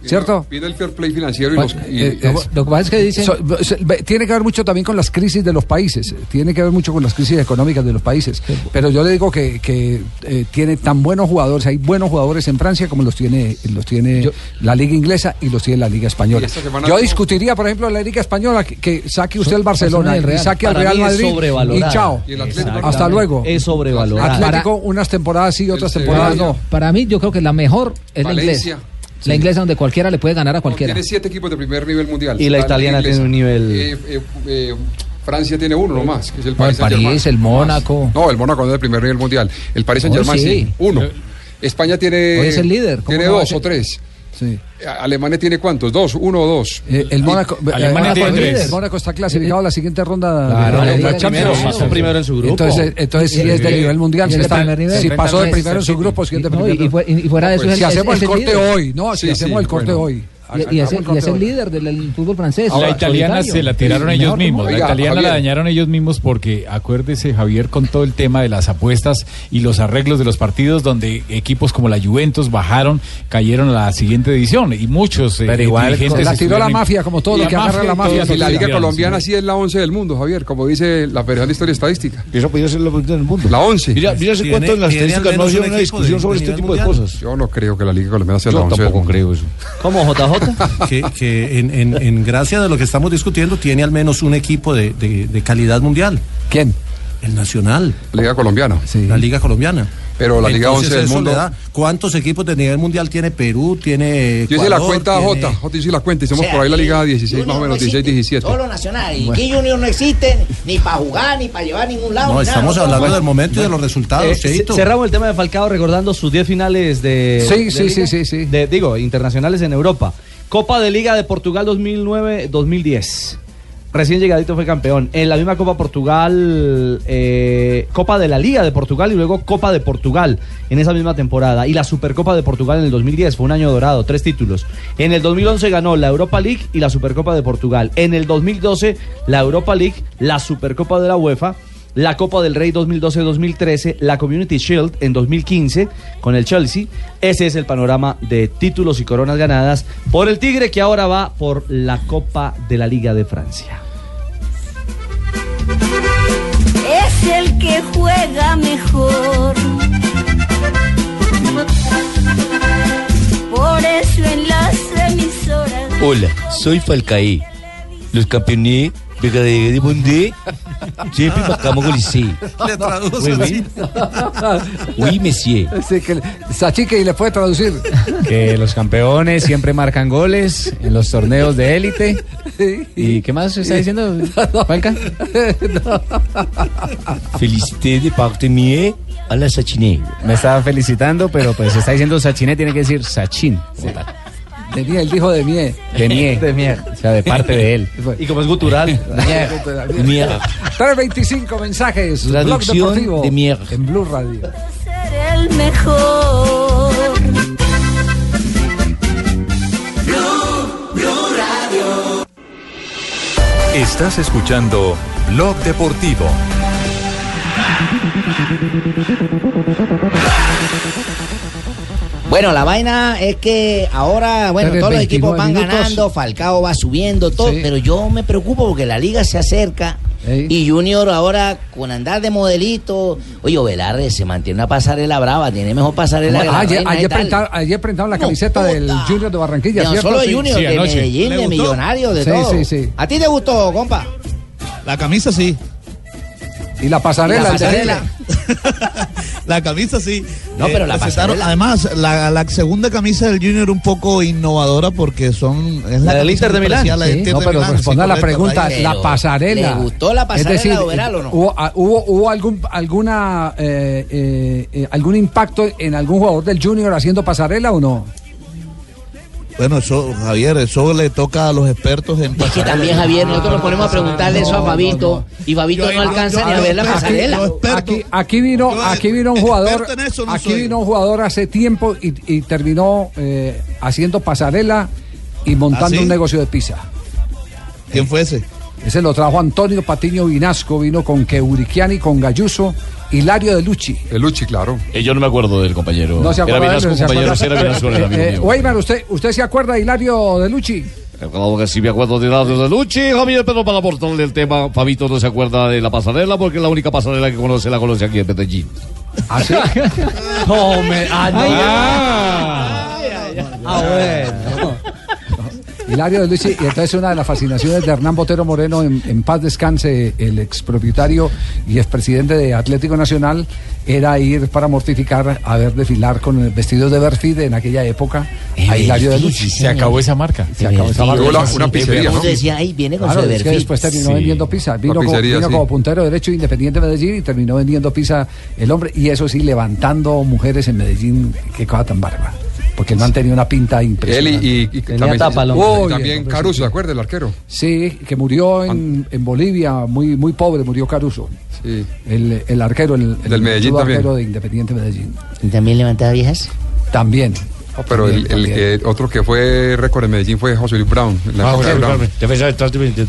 S13: Vino-
S2: ¿Cierto?
S13: Vino el fair play financiero y
S2: Pa-
S13: los... y-
S2: eh, eh,
S13: es-
S2: lo que pasa es que dicen- So- so- ve- tiene que ver mucho también con las crisis de los países, eh, tiene que ver mucho con las crisis económicas de los países. Pero yo le digo que, que, eh, tiene tan buenos jugadores, hay buenos jugadores en Francia como los tiene los tiene la liga inglesa y los tiene la liga
S13: Y
S2: española.
S13: esta semana
S2: Yo
S13: no-
S2: discutiría, por ejemplo, la liga española que, que saque usted al
S9: Barcelona
S2: Barcelona
S9: y el
S2: y
S9: Real.
S2: saque al
S9: Para
S2: Real
S9: mí es
S2: Madrid y
S9: sobrevalorada.
S2: chao.
S9: Y el Atlético
S2: Hasta
S9: también.
S2: luego.
S9: Es sobrevalorada.
S2: Atlético unas temporadas sí, otras temporadas no.
S9: Para mí, yo creo que la mejor es la
S13: Valencia.
S9: inglesa. La inglesa donde cualquiera le puede ganar a cualquiera.
S13: Tiene siete equipos de primer nivel mundial.
S9: Y la
S13: Liga
S9: italiana
S13: inglesa.
S9: tiene un nivel-
S13: Eh, eh, eh, Francia tiene uno nomás, que es el
S9: No, el
S13: Paris Saint-Germain.
S9: París, el Mónaco.
S13: No, el Mónaco no es el primer nivel mundial. El Paris
S9: Hoy
S13: Saint-Germain sí.
S9: sí.
S13: uno. España tiene...
S2: Hoy es el líder, ¿cómo
S13: Tiene
S2: no va a
S13: dos
S2: ser?
S13: o tres.
S2: Sí.
S13: A- Alemania tiene cuántos, dos, uno o dos.
S2: el Mónaco, eh, Mónaco es líder, Mónaco está clasificado a la siguiente ronda.
S13: Claro,
S2: de
S13: está
S2: la Liga de
S13: primero,
S2: Campeones.
S13: pasó primero en su grupo.
S2: Entonces, eh, entonces sí,
S9: Sí.
S2: es de nivel mundial.
S9: Y
S2: Si,
S9: es de
S2: está-
S9: primer nivel.
S2: si pasó de
S9: Enfrentando a
S2: primero en su
S9: Manchester
S2: grupo, si es de
S9: No,
S2: primero.
S9: y- y fue- y- y fuera de eso
S2: Pues
S9: es
S2: si
S9: el-
S2: hacemos
S9: es
S2: el
S9: el
S2: corte
S9: líder.
S2: hoy, no, si
S9: Sí,
S2: hacemos
S9: sí,
S2: el corte
S9: bueno.
S2: hoy.
S9: Y, y es, el- y es el líder del, del fútbol francés.
S4: la italiana
S9: Solitario.
S4: se la tiraron
S9: Sí,
S4: ellos
S9: mejor
S4: mismos.
S9: que
S4: la
S9: nunca.
S4: italiana la dañaron ellos mismos porque acuérdese, Javier, con todo el tema de las apuestas y los arreglos de los partidos donde equipos como la Juventus bajaron, cayeron a la siguiente edición y muchos eh,
S2: Pero igual,
S4: dirigentes
S2: la tiró la
S4: estuvieron-
S2: mafia, como todo
S4: Y
S2: lo que agarra la mafia.
S13: Y la Liga
S4: colombiana,
S13: Colombiana sí es la 11 del mundo, Javier, como dice la Federación de Historia y Estadística.
S14: Eso podría ser la primera del mundo.
S13: La 11.
S14: Mira, mira hace cuánto en las estadísticas no había una discusión sobre este tipo de cosas.
S13: Yo no creo que la Liga Colombiana sea
S14: Yo
S13: la 11
S14: tampoco
S13: creo eso.
S14: ¿Cómo, JJ? que que en, en, en gracia de lo que estamos discutiendo, tiene al menos un equipo de, de, de calidad mundial.
S2: ¿Quién?
S14: El Nacional.
S13: Liga Colombiana.
S14: La Liga Colombiana.
S13: Pero la Liga
S14: Entonces,
S13: 11 del
S14: eso
S13: mundo-
S14: le da- ¿Cuántos equipos de nivel mundial tiene Perú? Tiene.
S13: Yo hice la
S14: Ecuador,
S13: cuenta
S14: tiene-
S13: J, J hice la cuenta y somos
S14: O sea,
S13: por ahí la Liga
S14: y-
S13: 16 más o menos, 16, 17.
S5: Solo nacional. Y aquí Junior no existen ni para jugar, ni para llevar a ningún lado.
S6: No,
S5: ni nada,
S6: estamos
S5: nosotros
S6: hablando del
S14: momento y de los
S6: Eh,
S14: resultados,
S6: ce-
S14: Cheito.
S6: cerramos el tema de Falcao recordando sus 10 finales de.
S2: Sí,
S6: de
S2: sí,
S6: Liga,
S2: sí, sí, sí.
S6: de- digo, internacionales en Europa. Copa de Liga de Portugal 2009-2010. Recién llegadito fue campeón. En la misma Copa Portugal, eh, Copa de la Liga de Portugal y luego Copa de Portugal en esa misma temporada. Y la Supercopa de Portugal en el 2010. Fue un año dorado, tres títulos. En el 2011 ganó la Europa League y la Supercopa de Portugal. En el 2012 la Europa League, la Supercopa de la UEFA la Copa del Rey 2012-2013, la Community Shield en 2015 con el Chelsea. Ese es el panorama de títulos y coronas ganadas por el Tigre que ahora va por la Copa de la Liga de Francia.
S16: es el que juega mejor. Por eso en las emisoras.
S17: Hola, soy Falcaí. Los campeones verdaderos de Bondé siempre marcamos goles.
S7: Le traduce
S17: Oui,
S7: así.
S17: oui. Oui, monsieur.
S2: Sí, que Sachique y le puede traducir.
S3: Que los campeones siempre marcan goles en los torneos de élite. ¿Y qué más está diciendo, Falca?
S17: Felicité de parte mía a la Sachiné.
S3: Me estaba felicitando, pero pues está diciendo Sachiné, tiene que decir Sachin. como tal.
S2: De mí, él dijo de mí.
S3: De mí. De mí. O sea, de parte de él.
S6: Y como es gutural.
S2: 325 mensajes. Blog
S17: Traducción
S2: deportivo.
S17: de mierda.
S2: En Blue Radio.
S16: el mejor.
S1: Estás escuchando Blog Deportivo.
S5: Bueno, la vaina es que ahora, bueno,
S16: Tres,
S5: todos los equipos
S16: 29
S5: van
S16: minutos.
S5: ganando, Falcao va subiendo, todo, pero yo me preocupo porque la liga se acerca y Junior ahora con andar de modelito. Oye, Velarde se mantiene una pasarela brava, tiene mejor pasarela que la
S2: ah, ayer,
S5: reina y
S2: ayer,
S5: tal.
S2: prentaron, ayer prentaron la camiseta del Junior de Barranquilla,
S5: No
S2: ¿cierto?
S5: solo
S2: Sí.
S5: de Junior, de Medellín, de Millonarios, de
S2: Sí,
S5: todo.
S2: Sí, sí.
S5: ¿A ti te gustó, compa?
S12: La camisa sí.
S2: Y la pasarela.
S12: La
S2: el de
S12: pasarela. La camisa sí.
S2: No, pero la
S12: presentaron-
S2: pasarela.
S12: Además, la, la segunda camisa del Junior un poco innovadora porque son. Es la, camisa muy parecida a la del Inter
S2: no,
S12: de
S2: pero
S12: Milán,
S2: responda
S12: sí,
S2: a la
S12: correcto,
S2: pregunta,
S12: Raíz.
S2: la pasarela.
S12: ¿le gustó la pasarela
S2: es decir,
S12: de Overall o no?
S2: ¿Hubo, ah, hubo, hubo algún, alguna, eh, eh, eh, algún impacto en algún jugador del Junior haciendo pasarela o no?
S12: Bueno, eso, Javier, eso le toca a los expertos en.
S5: Es que también, Javier, nosotros nos ponemos a preguntarle eso a Fabito y Fabito no alcanza ni a ver la pasarela.
S2: Aquí, aquí vino, aquí vino un jugador, aquí vino un jugador hace tiempo y, y terminó eh, haciendo pasarela y montando
S12: ¿Ah, sí?
S2: un negocio de pizza.
S12: ¿Quién fue ese?
S2: Ese lo trajo Antonio Patiño Vinasco, vino con Keurikiani, con Galluso, Hilario de Lucci.
S13: El Luchi, claro.
S18: Eh, yo no me acuerdo del compañero.
S2: No se
S18: era
S2: acuerda de él,
S18: Vinasco,
S2: se
S18: compañero.
S2: acuerda-
S18: Sí, era Vinasco, era el amigo
S2: Eh, eh,
S18: mío.
S2: Weimar, ¿usted, ¿usted se acuerda de Hilario de Lucci?
S18: Eh, Claro que sí me acuerdo de Hilario de Luchi, Javier, pero para aportarle el tema, Fabito no se acuerda de la pasarela porque es la única pasarela que conoce la conoce aquí en Medellín.
S2: ¿Ah, sí?
S18: no, me...
S2: Ah. Hilario de Lucci, y entonces una de las fascinaciones de Hernán Botero Moreno, en, en paz descanse, el expropietario y expresidente de Atlético Nacional, era ir para mortificar a ver desfilar con el vestido de Berfide en aquella época a Hilario de Lucci.
S4: Se acabó esa marca.
S2: Se acabó esa marca.
S5: ahí viene con
S2: Claro,
S5: su
S2: es que
S5: Everfit".
S2: después terminó
S5: Sí.
S2: vendiendo pizza. Vino, como,
S5: pizzería,
S2: vino
S5: sí.
S2: como puntero derecho independiente de Medellín y terminó vendiendo pizza el hombre. Y eso sí, levantando mujeres en Medellín. Qué cosa tan bárbara. Porque el man tenía una pinta
S13: Él y,
S2: impresionante.
S13: y- y también, y
S2: Uy,
S13: también
S2: hombre,
S13: Caruso,
S2: sí.
S13: ¿se acuerda? El arquero.
S2: Sí, que murió en, en Bolivia, muy, muy pobre, murió Caruso.
S13: Sí.
S2: El, el arquero, el, el
S13: Del Medellín
S2: mechudo
S13: también.
S2: arquero de Independiente Medellín.
S5: ¿Y también levantaba viejas?
S2: También.
S13: Pero el, el que- otro que fue récord en Medellín fue José Luis Brown. en la época
S2: Ah, José
S13: de
S2: Luis
S13: Brown.
S2: Brown.
S18: Defensa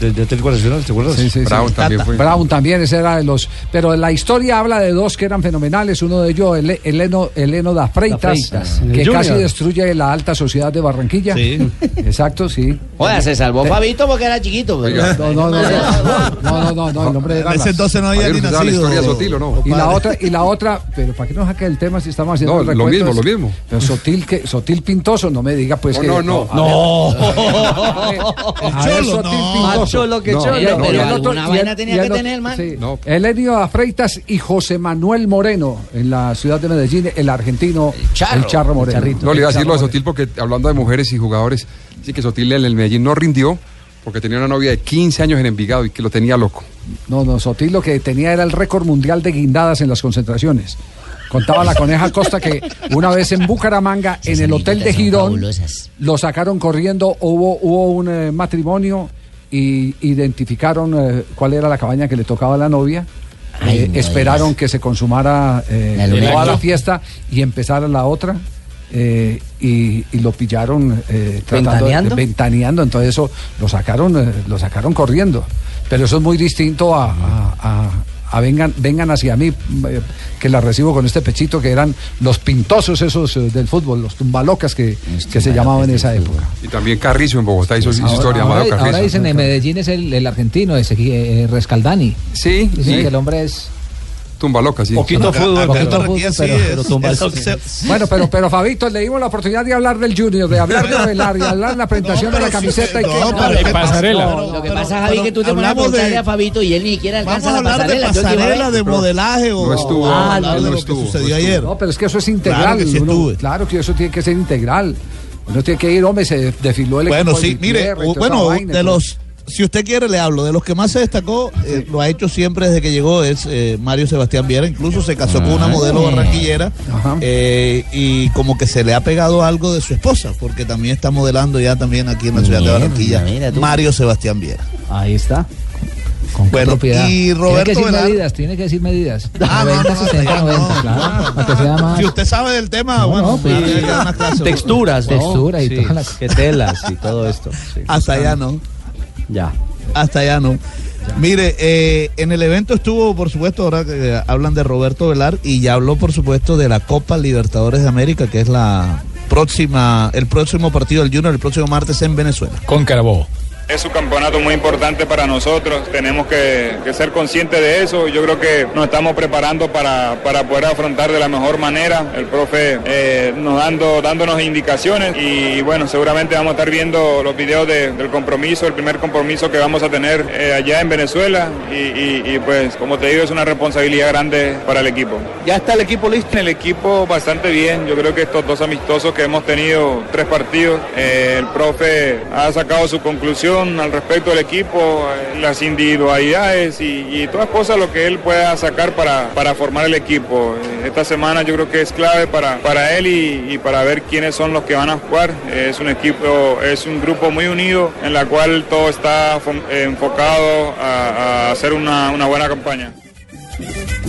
S18: de Atlético Nacional, ¿te acuerdas?
S2: Sí, sí, sí.
S13: Brown también fue.
S2: Brown también, ese era de los. Pero la historia habla de dos que eran fenomenales. Uno de ellos, el, Eleno, Eleno da
S5: Da
S2: Freitas,
S5: Freitas.
S2: que
S5: El
S2: casi
S5: Junior.
S2: destruye la alta sociedad de Barranquilla.
S5: Sí.
S2: Exacto, sí.
S5: Oiga, se salvó
S2: Te-
S5: Fabito porque era chiquito. pero-
S2: No, no, no, no, no, no, no, no, el nombre era.
S12: En ese entonces no había Ayer ni usaba la nacido. historia de Sotil, ¿o no?
S2: Y la
S12: Padre.
S2: otra, y la otra, pero ¿para qué nos saca el tema si estamos haciendo
S13: No,
S2: el
S13: lo
S2: recuento?
S13: mismo,
S2: Es-
S13: lo mismo.
S2: Pero Sotil, que, Sotil Pintoso, no me diga pues
S13: No,
S2: que.
S13: no, no.
S2: a ver, a ver,
S13: Cholo,
S2: Sotil
S13: no.
S2: Pintoso.
S13: Más cholo que cholo.
S2: y el-
S13: Pero
S2: y el
S13: alguna
S2: y el-
S13: vaina
S5: tenía
S2: y el
S5: que
S2: otro-
S5: tener el man.
S2: sí. Elenio A. Freitas y José Manuel Moreno en la ciudad de Medellín, el argentino, el charro, Moreno.
S13: No, le iba a decir lo de Sotil porque hablando de mujeres y jugadores, sí que Sotil en el Medellín no rindió porque tenía una novia de 15 años en Envigado y que lo tenía loco.
S2: No, no, Sotil lo que tenía era el récord mundial de guindadas en las concentraciones. Contaba la coneja Costa que una vez en Bucaramanga, en el hotel de Girón, lo sacaron corriendo, hubo, hubo un eh, matrimonio y identificaron eh, cuál era la cabaña que le tocaba a la novia. Eh, esperaron que se consumara eh,
S5: La luna
S2: toda
S5: llena.
S2: la fiesta y empezara la otra. eh, y, y lo pillaron eh, tratando de-
S5: ¿Ventaneando?
S2: ventaneando, entonces eso lo sacaron, eh, lo sacaron corriendo. Pero eso es muy distinto a, a- a- a vengan, vengan hacia mí, eh, que la recibo con este pechito, que eran los pintosos esos eh, del fútbol, los tumbalocas que, que se llamaban en esa época.
S13: Y también Carrizo en Bogotá hizo, hizo
S9: Ahora-
S13: historia,
S9: ahora,
S13: Amado
S9: ahora
S13: Carrizo.
S9: dicen en Medellín es el, el argentino, ese eh, Rescaldani.
S13: Sí,
S9: Dicen
S13: sí.
S9: que el hombre es.
S13: Tumba loca, sí.
S9: Poquito fútbol,
S13: Poquito
S9: pero-
S13: fútbol,
S9: pero- pero tumba-
S13: eso
S9: sí.
S2: Bueno, pero, pero Fabito, le dimos la oportunidad de hablar del Junior, de hablar de Avelar, y hablar de la presentación de la camiseta y que.
S5: No, Lo que pasa, Javi, que tú te pones a
S12: hablamos
S5: preguntarle
S12: de-
S5: a Fabito y él ni siquiera alcanza
S12: Vamos a
S5: la
S12: hablar de
S5: pasarela. Yo digo,
S12: pasarela,
S5: "Ay,
S12: de modelaje o
S2: No estuvo,
S12: Ah,
S2: no,
S12: hablar de
S2: no
S12: lo que
S2: estuvo,
S12: sucedió
S2: no
S12: ayer.
S2: No, pero es que eso es integral.
S12: Claro que sí
S2: uno-
S12: estuve.
S2: claro que eso tiene que ser integral. Uno tiene que ir, hombre, se desfiló el
S12: Bueno,
S2: equipo de
S12: sí, mire,
S2: Gutiérrez y toda
S12: bueno,
S2: esa vaina,
S12: de
S2: pero-
S12: los, si usted quiere le hablo, de los que más se destacó, eh, lo ha hecho siempre desde que llegó, es eh, Mario Sebastián Viera, incluso se casó con una modelo barranquillera eh, y como que se le ha pegado algo de su esposa, porque también está modelando ya también aquí en la ciudad de Barranquilla, Mario Sebastián Viera.
S6: Ahí está.
S12: Bueno,
S9: propiedad.
S12: y
S9: Tiene que
S12: Roberto
S9: decir
S12: Velarde-
S9: medidas, tiene que decir medidas.
S12: Ah, no,
S9: 90,
S12: no,
S9: 60, 90, claro. para que
S6: Ah.
S9: sea más-
S12: Si usted sabe del tema, bueno, tiene que dar una clase.
S6: pues, Texturas, ¿no?
S9: Textura y
S6: Sí,
S9: toda la-
S6: que telas y todo esto. sí.
S12: Hasta allá no.
S6: Ya.
S12: Hasta allá no. Mire, eh, en el evento estuvo, por supuesto, ahora que eh, hablan de Roberto Velar y ya habló, por supuesto, de la Copa Libertadores de América, que es la próxima, el próximo partido del Junior, el próximo martes en Venezuela.
S4: Con Carabobo.
S19: Es un campeonato muy importante para nosotros, tenemos que, que ser conscientes de eso. Yo creo que nos estamos preparando para, para poder afrontar de la mejor manera. El profe eh, nos dando, dándonos indicaciones y bueno, seguramente vamos a estar viendo los videos de- del compromiso, el primer compromiso que vamos a tener eh, allá en Venezuela y, y- y, pues como te digo es una responsabilidad grande para el equipo. ¿Ya está el equipo listo? El equipo bastante bien, yo creo que estos dos amistosos que hemos tenido, tres partidos, eh, el profe ha sacado su conclusión al respecto del equipo, eh, las individualidades y, y todas cosas lo que él pueda sacar para, para formar el equipo. Eh, Esta semana yo creo que es clave para, para él y, y para ver quiénes son los que van a jugar. Eh, Es un equipo, es un grupo muy unido en la cual todo está fo- eh, enfocado a, a hacer una- una buena campaña.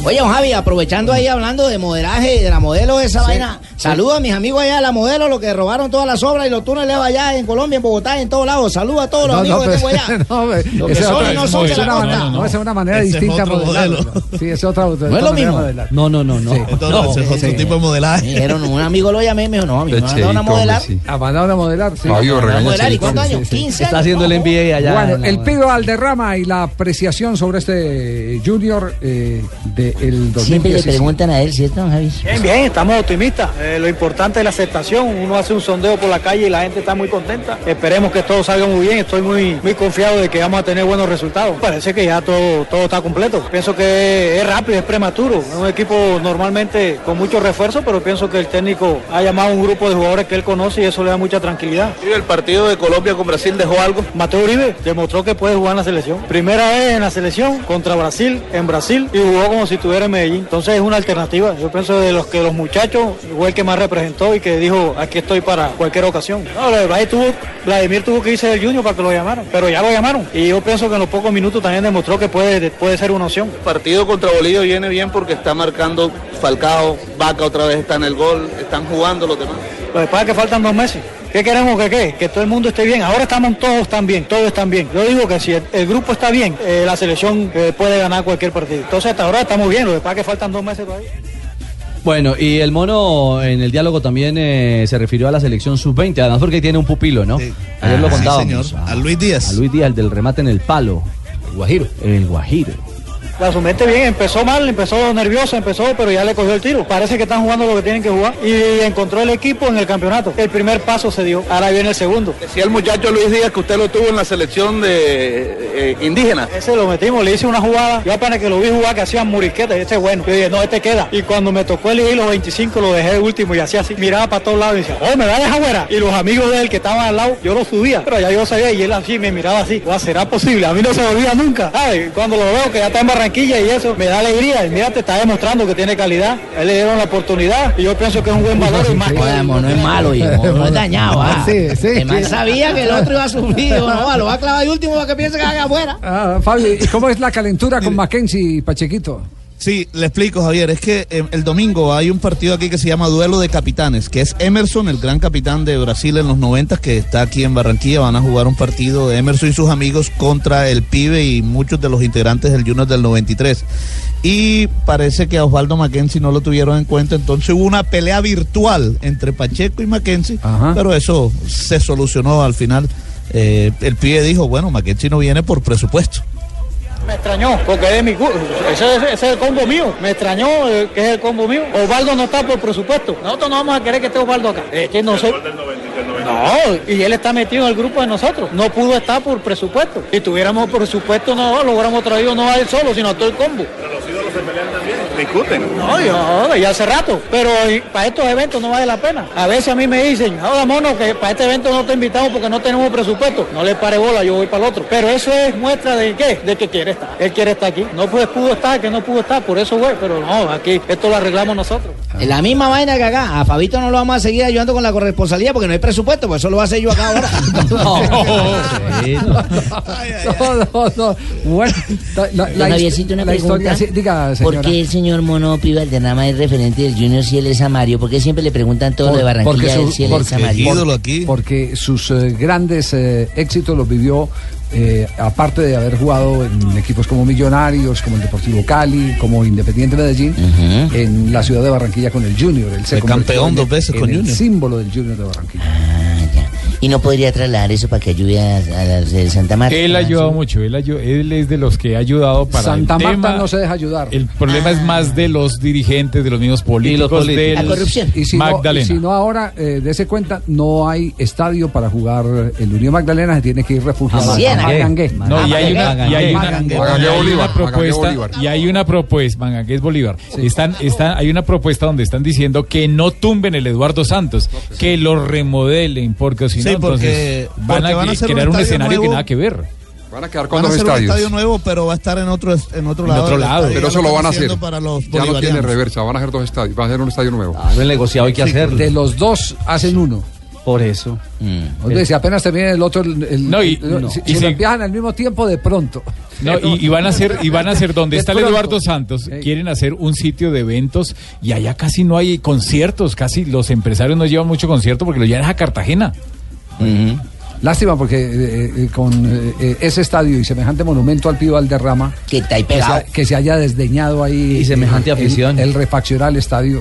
S5: Oye, don Javi, aprovechando ahí hablando de modelaje y de la modelo de esa
S8: Sí,
S5: vaina,
S8: sí.
S5: saluda a mis amigos allá de la modelo, los que robaron todas las obras y los túneles allá en Colombia, en Bogotá, en todos lados. Saluda a todos los
S2: No, pues.
S5: amigos
S2: no,
S5: que
S2: pero-
S5: tengo allá.
S2: no, hombre,
S5: Los que
S2: ese
S5: son
S2: otro-
S5: y no son de
S2: es
S5: la
S2: una
S5: costa.
S2: manera- no, esa es una manera
S5: Ese es
S2: distinta.
S5: otro
S2: modelarlo. Sí, es otra, otra
S5: No es lo
S2: manera
S5: mismo.
S2: modelar.
S6: No, no, no, no. eh,
S5: Entonces,
S2: es otro tipo
S5: de modelaje. Dijeron, un amigo lo llamé y me dijo, no, a mí me mandaron a modelar.
S2: A mandaron a modelar, sí.
S5: Fabio, Mandaron a regaña, modelar, ¿y Cheito. cuántos años? 15
S6: Está haciendo el NBA allá.
S2: Bueno,
S6: en la-
S2: el pido al derrama y la apreciación sobre este Junior eh, del de el 2017.
S5: Siempre le preguntan a él, ¿cierto, don Javi?
S20: Bien, bien, estamos optimistas. Eh, lo importante es la aceptación. Uno hace un sondeo por la calle y la gente está muy contenta. Esperemos que todo salga muy bien. Estoy muy, muy confiado de que vamos a tener buenos resultados. Parece que ya todo, todo está completo. Pienso que es rápido, es prematuro. Es un equipo normalmente con mucho refuerzo, pero pienso que el técnico ha llamado a un grupo de jugadores que él conoce y eso le da mucha tranquilidad.
S21: El partido de Colombia con Brasil dejó algo.
S20: Mateo Uribe demostró que puede jugar en la selección. Primera vez en la selección contra Brasil, en Brasil, y jugó como si estuviera en Medellín. Entonces es una alternativa. Yo pienso de los que los muchachos fue el que más representó y que dijo, aquí estoy para cualquier ocasión. No, lo de Valle tuvo, Vladimir tuvo que irse del Junior para que lo llamaran, pero ya lo llamaron. Y yo pienso que en los pocos minutos también demostró que puede, puede ser una opción.
S21: El partido contra Bolivia viene bien porque está marcando Falcao, Vaca otra vez está en el gol, están jugando los demás.
S20: Lo que pasa es que faltan dos meses. ¿Qué queremos que qué? Que todo el mundo esté bien. Ahora estamos todos tan bien, todos están bien. Yo digo que si el, el grupo está bien, eh, la selección eh, puede ganar cualquier partido. Entonces hasta ahora estamos bien, lo que pasa es que faltan dos meses todavía.
S6: Bueno, y el mono en el diálogo también eh, se refirió a la selección sub-20, además porque tiene un pupilo, ¿no? Ayer lo
S12: Ah, sí,
S6: contábamos.
S12: señor.
S6: A Luis Díaz. A Luis Díaz, el del remate en el palo. El Guajiro. El Guajiro.
S20: La sumente bien, empezó mal, empezó nerviosa, empezó, pero ya le cogió el tiro. Parece que están jugando lo que tienen que jugar y encontró el equipo en el campeonato. El primer paso se dio, ahora viene el segundo.
S21: Decía el muchacho Luis Díaz que usted lo tuvo en la selección de eh, indígena.
S20: Ese lo metimos, le hice una jugada. Yo apenas que lo vi jugar que hacían muriquetas y este es bueno. Yo dije, no, este queda. Y cuando me tocó elegir los 25, lo dejé de último y hacía así. Miraba para todos lados y decía, oh, me va a dejar fuera. Y los amigos de él que estaban al lado, yo lo subía. Pero ya yo sabía y él así me miraba así. "Guau, ¿Será posible? A mí no se me olvida nunca. ¿sabes? Cuando lo veo que ya está en Barranquilla y eso, me da alegría. Y mira, te está demostrando que tiene calidad. A él le dieron la oportunidad y yo pienso que es un buen valor y más.
S5: no es malo, hijo, no es dañado. ah.
S2: Sí, sí.
S5: El man sabía que el otro iba a subir. Dijo, no, va, lo va a clavar de último para que piense que haga afuera.
S2: Ah, Fabio, ¿y cómo es la calentura con Mackenzie y Pachequito?
S12: Sí, le explico, Javier. Es que eh, el domingo hay un partido aquí que se llama Duelo de Capitanes, que es Emerson, el gran capitán de Brasil en los 90, que está aquí en Barranquilla. Van a jugar un partido de Emerson y sus amigos contra el Pibe y muchos de los integrantes del Junior del 93. Y parece que a Osvaldo Mackenzie no lo tuvieron en cuenta, entonces hubo una pelea virtual entre Pacheco y Mackenzie, pero eso se solucionó al final. Eh, el pibe dijo, bueno, Mackenzie no viene por presupuesto.
S20: Me extrañó, porque es de mi cu- ese, ese- ese es el combo mío. Me extrañó eh, que es el combo mío. Osvaldo no está por presupuesto. Nosotros no vamos a querer que esté Osvaldo acá. Es que nosotros. No, y él está metido en el grupo de nosotros. No pudo estar por presupuesto. Si tuviéramos presupuesto, no lo hubiéramos traído no a él solo, sino a todo el combo.
S21: Discuten.
S20: No, yo, joder, ya hace rato. Pero eh, para estos eventos no vale la pena. A veces a mí me dicen, ahora mono, que para este evento no te invitamos porque no tenemos presupuesto. No le pare bola, yo voy para el otro. Pero eso es muestra de qué, de que quiere estar. Él quiere estar aquí. No pues, pudo estar, que no pudo estar, por eso fue. Pero no, aquí esto lo arreglamos nosotros.
S5: La misma vaina que acá. A Fabito no lo vamos a seguir ayudando con la corresponsalía porque no hay presupuesto, pues eso lo voy a hacer yo acá ahora.
S2: No, no, no. Bueno, la, la
S5: Don
S2: his-
S5: Javiercito, una
S2: la historia,
S5: pregunta.
S2: sí, diga,
S5: ¿Por
S2: señora.
S5: qué el señor Mono Piva Derrama es referente del Junior si él es amario? ¿Por qué siempre le preguntan todo lo de Barranquilla de él si él es amario?
S2: aquí. porque sus eh, grandes eh, éxitos los vivió, eh, aparte de haber jugado en equipos como Millonarios, como el Deportivo Cali, como Independiente Medellín, en la ciudad de Barranquilla con el Junior. Él se
S12: Fue
S2: convirtió
S12: campeón
S2: en-
S12: dos veces
S2: en
S12: con
S2: el
S12: Junior.
S2: símbolo del Junior de Barranquilla.
S16: Ah,
S5: Y no podría trasladar eso para que ayude a, a las de Santa Marta.
S4: Él ha ayudado mucho, él, ayu- él es de los que ha ayudado para
S2: Santa
S4: el
S2: Marta
S4: tema.
S2: no se deja ayudar.
S4: El problema es más de los dirigentes, de los mismos políticos, de
S2: La corrupción. Y si,
S4: Magdalena.
S2: No, y si no ahora, eh, dése cuenta, no hay estadio para jugar el Unión Magdalena, se tiene que ir refugiado
S4: Ah,
S2: a
S4: Siena.
S2: Magangué. Ah,
S4: No, y hay una, y hay una,
S2: Magangué.
S4: y hay una propuesta, y hay una propuesta, Mangangue es Bolívar. Están, están, hay una propuesta donde están diciendo que no tumben el Eduardo Santos, que lo remodelen, porque si no,
S12: Sí, porque-
S4: entonces van
S12: porque
S4: a,
S12: van a hacer
S4: crear
S12: un
S4: un,
S12: estadio
S4: escenario que
S12: nuevo.
S4: nada que ver.
S13: Van a quedar con
S12: Van a
S13: dos
S12: hacer un
S13: estadios.
S12: estadio nuevo, pero va a estar en otro, es- en otro
S13: En
S12: lado.
S13: otro
S12: del
S13: lado.
S12: estadio.
S13: Pero
S12: Ya
S13: eso lo van a
S12: haciendo
S13: hacer.
S12: Para los
S13: Ya no tiene
S12: bolivarianos.
S13: reversa, van a hacer dos estadios, van a hacer un estadio nuevo.
S6: Lo han negociado, hay que
S2: Sí,
S6: hacerlo.
S2: De los dos hacen uno.
S6: Por eso.
S2: Entonces, si apenas termina el otro, el- el-
S4: No, y-
S2: el-
S4: no.
S2: si,
S4: Y
S2: si lo
S4: si-
S2: empiezan al mismo tiempo, de pronto.
S4: No, y, y van a hacer, y van a hacer donde
S2: Es
S4: está el
S2: pronto.
S4: Eduardo Santos, quieren hacer un sitio de eventos y allá casi no hay conciertos, casi los empresarios no llevan mucho concierto porque lo llevan a Cartagena.
S2: Lástima porque eh, eh, con eh, eh, ese estadio y semejante monumento al Pío Valderrama que,
S5: pegado.
S2: se, que se haya desdeñado ahí eh,
S13: Y semejante
S2: el- el-
S13: afición.
S2: El, refaccionar el estadio.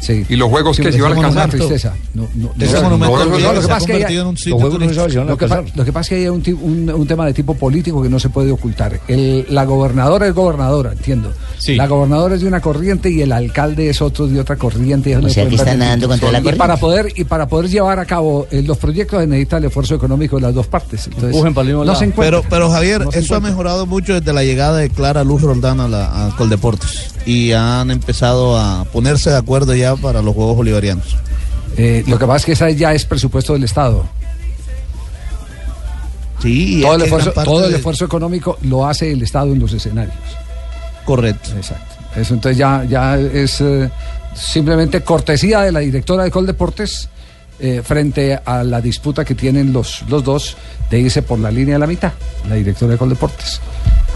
S2: Sí.
S13: Y los juegos
S2: Sí,
S13: que se
S2: es
S13: iban a
S2: como una
S13: alcanzar.
S2: tristeza. No, no,
S13: Ese
S2: no,
S13: monumento
S2: no, no,
S13: olvidado
S2: no, lo
S13: se
S2: que
S13: ha
S2: pasa es que
S13: convertido en un
S2: hay-
S13: sitio
S2: los juegos no
S13: turístico.
S2: se van a
S13: Lo que
S2: alcanzar. Lo que pasa es que hay un, ti- un- un tema de tipo político que no se puede ocultar. El- la gobernadora es gobernadora, entiendo. La gobernadora es de una corriente y el alcalde es otro de otra corriente.
S5: O sea, que están nadando contra la
S2: Y
S5: corriente.
S2: para poder y para poder llevar a cabo eh, los proyectos se necesita el esfuerzo económico de las dos partes. Entonces, no se encuentra.
S12: pero, pero Javier,
S2: No se
S12: eso ha
S2: encuentra.
S12: mejorado mucho desde la llegada de Clara Luz Roldán a, la, a Coldeportes. Y han empezado a ponerse de acuerdo ya para los Juegos Bolivarianos.
S2: Eh, lo que pasa es que esa ya es presupuesto del Estado.
S12: Sí,
S2: todo
S12: es
S2: el,
S12: que
S2: esfuerzo,
S12: gran parte
S2: todo el
S12: de-
S2: esfuerzo económico lo hace el Estado en los escenarios.
S12: Correcto.
S2: Exacto. Eso entonces ya, ya es eh, simplemente cortesía de la directora de Coldeportes eh, frente a la disputa que tienen los, los dos de irse por la línea de la mitad, la directora de Coldeportes.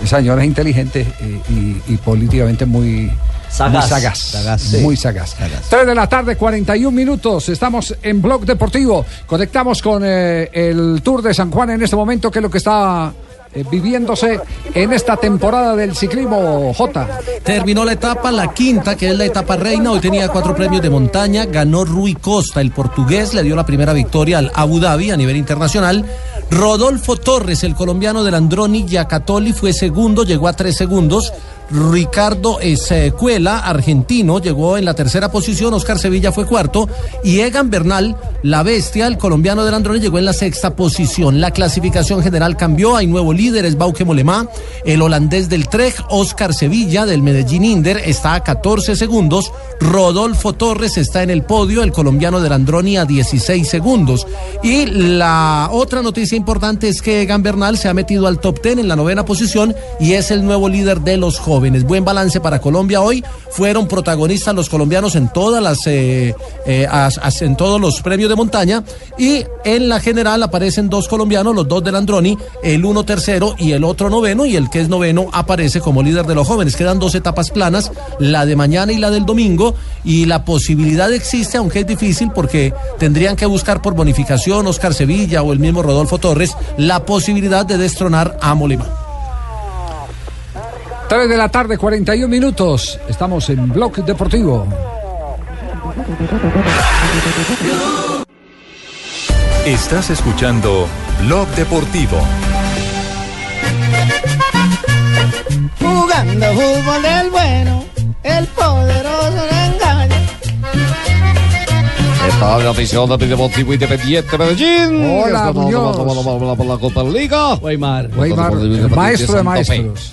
S2: Esa señora es inteligente eh, y, y políticamente muy
S12: Sagaz.
S2: Muy sagaz.
S12: Sagaz, sí.
S2: Muy sagaz. 3 de la tarde, 41 minutos. Estamos en Blog Deportivo. Conectamos con eh, el Tour de San Juan en este momento, que es lo que está eh, viviéndose en esta temporada del ciclismo J.
S7: Terminó la etapa, la quinta, que es la etapa reina. Hoy tenía cuatro premios de montaña. Ganó Rui Costa, el portugués, le dio la primera victoria al Abu Dhabi a nivel internacional. Rodolfo Torres, el colombiano del Androni Giacatoli, fue segundo, llegó a tres segundos. Ricardo Escuela, argentino, llegó en la tercera posición. Oscar Sevilla fue cuarto. Y Egan Bernal, la bestia, el colombiano del Androni, llegó en la sexta posición. La clasificación general cambió. Hay nuevo líder, es Bauke Molema. El holandés del Trek, Oscar Sevilla, del Medellín Inder, está a 14 segundos. Rodolfo Torres está en el podio, el colombiano del Androni a 16 segundos. Y la otra noticia importante es que Egan Bernal se ha metido al top 10 en la novena posición y es el nuevo líder de los jóvenes. Buen balance para Colombia hoy. Fueron protagonistas los colombianos en todas las eh, eh, as- as- en todos los premios de montaña y en la general aparecen dos colombianos, los dos del Androni, el uno tercero y el otro noveno y el que es noveno aparece como líder de los jóvenes. Quedan dos etapas planas, la de mañana y la del domingo y la posibilidad existe, aunque es difícil porque tendrían que buscar por bonificación Oscar Sevilla o el mismo Rodolfo Torres la posibilidad de destronar a Molima.
S2: 3 de la tarde, 41 minutos. Estamos en Blog Deportivo.
S1: Estás escuchando Blog Deportivo.
S16: Jugando fútbol del bueno, el poderoso no engaña.
S18: Está la afición del Deportivo Independiente Medellín.
S16: Hola,
S18: Está tomando
S16: Muñoz.
S18: la toma, la toma, la toma, la Copa Liga.
S6: Weimar.
S2: Weimar, el maestro de maestros.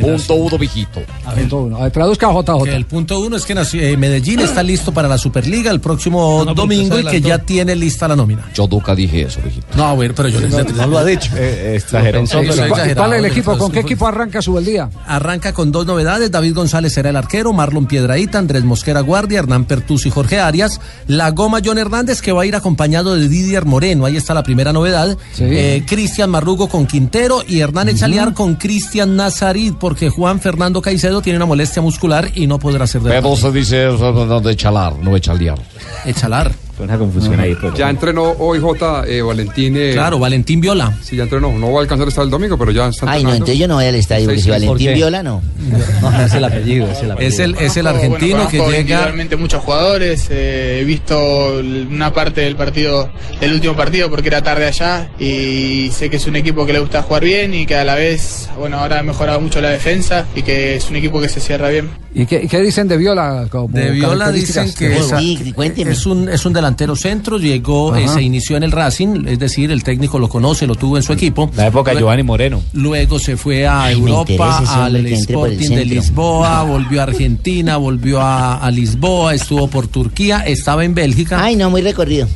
S18: Punto uno, viejito.
S2: Punto uno. A ver, Traduzca a JJ.
S7: Que el punto uno es que nació- eh, Medellín está listo para la Superliga el próximo
S18: No, no, porque
S7: domingo
S18: se
S7: y que
S18: adelantó.
S7: ya tiene lista la nómina.
S18: Yo nunca dije eso, viejito.
S7: No, bueno, pero yo les-
S18: exagerado.
S7: Lo pensó, pero-
S18: Exagerado.
S7: Exagerado.
S2: ¿Cuál es el
S7: Del
S2: equipo? ¿Con
S7: Cruz
S2: qué
S7: Azul.
S2: equipo arranca su el día?
S7: Arranca con dos novedades. David González será el arquero, Marlon Piedraíta, Andrés Mosquera Guardia, Hernán Pertus y Jorge Arias. La goma John Hernández que va a ir acompañado de Didier Moreno. Ahí está la primera novedad. Eh, Cristian Marrugo con Quintero y Hernán Echaliar con Cristian Nazarit porque Juan Fernando Caicedo tiene una molestia muscular y no podrá ser de
S18: Pero se dice eso de chalar, no echalar.
S7: Echalar.
S18: Una confusión ahí.
S13: Ya entrenó hoy J. eh, Valentín. eh,
S7: Claro, Valentín Viola.
S13: Sí, ya entrenó. No va a alcanzar hasta el domingo, pero ya está
S5: Ay, no,
S13: entrenando.
S5: entonces yo no voy al estadio porque si
S13: ¿Por
S5: Valentín
S13: qué?
S5: Viola no.
S7: es el apellido, es el Es el, argentino
S10: Bueno,
S7: que
S10: conozco
S7: llega.
S10: individualmente muchos jugadores, eh, he visto l- una parte del partido, del último partido, porque era tarde allá, y sé que es un equipo que le gusta jugar bien y que a la vez, bueno, ahora ha mejorado mucho la defensa y que es un equipo que se cierra bien.
S2: ¿Y qué, y qué dicen de Viola? como
S7: De Viola
S2: características?
S7: dicen que es, es un, es un delantero centro, llegó, eh,
S2: Ajá.
S7: se inició en el Racing, es decir, el técnico lo conoce, lo tuvo en su equipo. La
S3: época de Giovanni Moreno.
S7: Luego se fue a
S3: Ay, me interesa
S7: Europa,
S3: ese hombre
S7: al
S3: que entre por el
S7: Sporting de
S3: centro.
S7: Lisboa, volvió a Argentina, volvió a, a Lisboa, estuvo por Turquía, estaba en Bélgica. Ay,
S5: no, muy recorrido.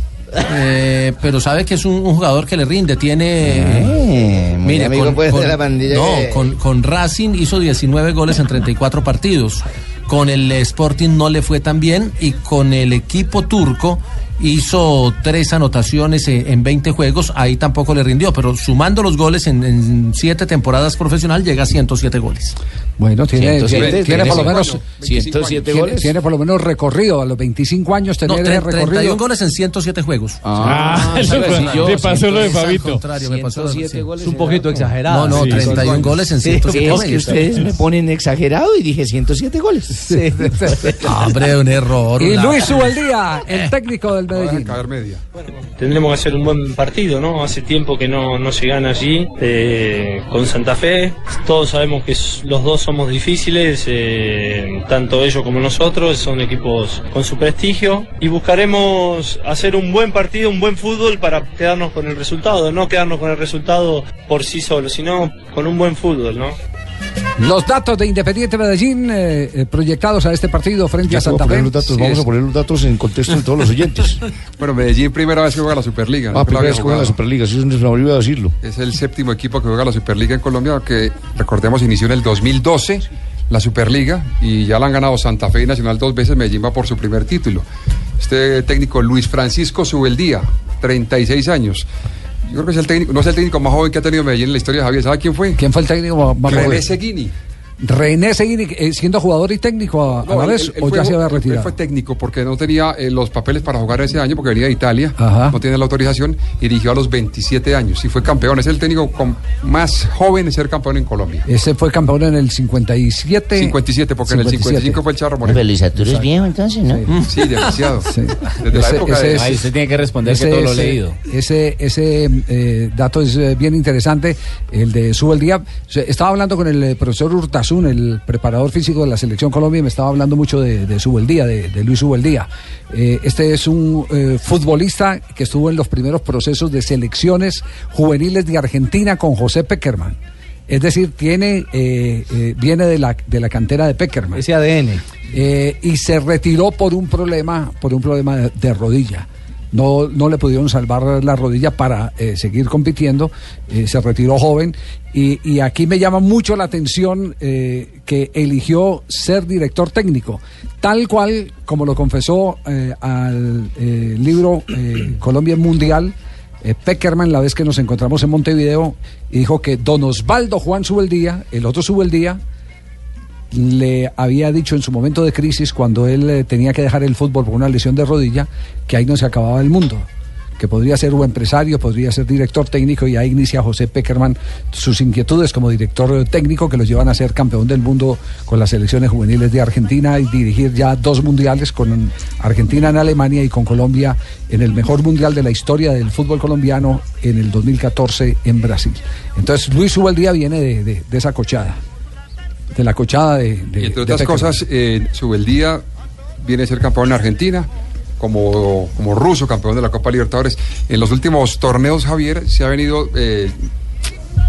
S7: pero sabe que es un, un jugador que le rinde,
S3: Eh.
S7: tiene...
S5: muy amigo, pues, de la pandilla
S7: No,
S5: que-
S7: con, con Racing hizo 19 goles en 34 partidos. Con el Sporting no le fue tan bien y con el equipo turco
S14: hizo tres anotaciones eh, en 20 juegos, ahí tampoco le rindió, pero sumando los goles en, en siete temporadas profesional llega a 107 goles.
S2: Bueno, tiene,
S14: 107,
S2: tiene- tiene por
S14: 25
S2: lo menos
S14: años, 107
S2: tiene-
S14: goles.
S2: Tiene por lo menos recorrido a los 25 años
S14: No,
S2: tener
S14: tre-
S2: recorrido.
S14: 31 goles en 107 juegos.
S2: Ah, Ah, eso fue-
S14: yo-
S2: te pasó lo de
S14: Al
S2: Fabito.
S14: contrario, me pasó lo de-
S2: 107
S14: sí.
S2: goles
S14: Es un poquito exagerado. No, no,
S5: Sí,
S14: 31
S5: son-
S14: goles en
S5: Sí,
S14: 107
S5: es que
S14: goles.
S5: ustedes me ponen exagerado y dije 107 goles.
S14: Hombre, un error.
S2: Y
S14: una-
S2: Luis Subeldía, Ah,
S22: Eh.
S2: el técnico del Medellín.
S11: Tendremos que hacer un buen partido, ¿no? Hace tiempo que no, no se gana allí eh, con Santa Fe. Todos sabemos que s- los dos somos difíciles, eh, tanto ellos como nosotros, son equipos con su prestigio. Y buscaremos hacer un buen partido, un buen fútbol para quedarnos con el resultado, no quedarnos con el resultado por sí solo, sino con un buen fútbol, ¿no?
S2: Los datos de Independiente Medellín eh, eh, proyectados a este partido frente
S22: Ya
S2: a
S22: se va a
S2: Santa
S22: poner
S2: Fe.
S22: los datos,
S2: Sí,
S22: vamos
S2: es-
S22: a poner los datos en contexto de todos los oyentes.
S13: Bueno, Medellín, primera vez que juega la Superliga.
S22: Ah,
S13: nunca la
S22: primera
S13: había
S22: vez que juega la
S13: jugado.
S22: Superliga, eso es una a decirlo.
S13: Es el séptimo equipo que juega la Superliga en Colombia, que recordemos inició en el 2012 la Superliga y ya la han ganado Santa Fe y Nacional dos veces. Medellín va por su primer título. Este técnico Luis Francisco Subeldía, 36 años. Yo creo que es el técnico, no es el técnico más joven que ha tenido Medellín en la historia, Javier. ¿Sabe quién fue?
S2: ¿Quién fue el técnico más
S13: René
S2: joven?
S13: Seguini.
S2: René Seguini, eh, siendo jugador y técnico a, a
S13: No,
S2: la
S13: él-
S2: vez,
S13: él- él
S2: o
S13: fue
S2: ya se
S13: ju-
S2: había
S13: Él
S2: retirado.
S13: fue técnico porque no tenía eh, los papeles para jugar ese año porque venía de Italia,
S2: Ajá.
S13: no tiene la autorización y dirigió a los 27 años y fue campeón. Es el técnico con- más joven en ser campeón en Colombia.
S2: Ese fue campeón en el 57.
S13: 57, porque en el 55 fue el Charro Moreno. Mm,
S5: Pero Luis Arturo es viejo entonces, ¿no?
S13: Sí, demasiado. Desde la
S2: Ese-
S13: época
S2: ese
S13: de...
S2: es- eh, Ahí usted tiene que responder
S13: que todo lo leído.
S2: Ese, ese eh, dato es eh, bien interesante, el de Sube el Día. Se- Estaba hablando con el eh, profesor Urtasun, el preparador físico de la Selección Colombia, y me estaba hablando mucho de, de Sube el Día, de, de Luis Sube el Día. Eh, este es un eh, futbolista que estuvo en los primeros procesos de selecciones juveniles de Argentina con José Peckerman. Es decir, tiene, eh, eh, viene de la, de la cantera de Peckerman. Ese
S6: ADN.
S2: y se retiró por un problema, por un problema de, de rodilla. No, no le pudieron salvar la rodilla para eh, seguir compitiendo. eh, se retiró joven. Y, y aquí me llama mucho la atención eh, que eligió ser director técnico. Tal cual, como lo confesó eh, al eh, libro eh, Colombia Mundial, eh, Peckerman, la vez que nos encontramos en Montevideo, dijo que Don Osvaldo Juan Subeldía, el otro Subeldía, le había dicho en su momento de crisis, cuando él eh, tenía que dejar el fútbol por una lesión de rodilla, que ahí no se acababa el mundo. Que podría ser o empresario, podría ser director técnico, y ahí inicia José Peckerman sus inquietudes como director eh, técnico que los llevan a ser campeón del mundo con las selecciones juveniles de Argentina y dirigir ya dos mundiales con Argentina en Alemania y con Colombia en el mejor mundial de la historia del fútbol colombiano en el 2014 en Brasil. Entonces, Luis Ubaldía viene de- de- de esa cochada de la cochada de, de-
S13: Y entre
S2: de
S13: otras
S2: Peckerman.
S13: cosas, eh, Subeldía viene a ser campeón en Argentina, como, como ruso campeón de la Copa Libertadores. En los últimos torneos, Javier, se ha venido eh,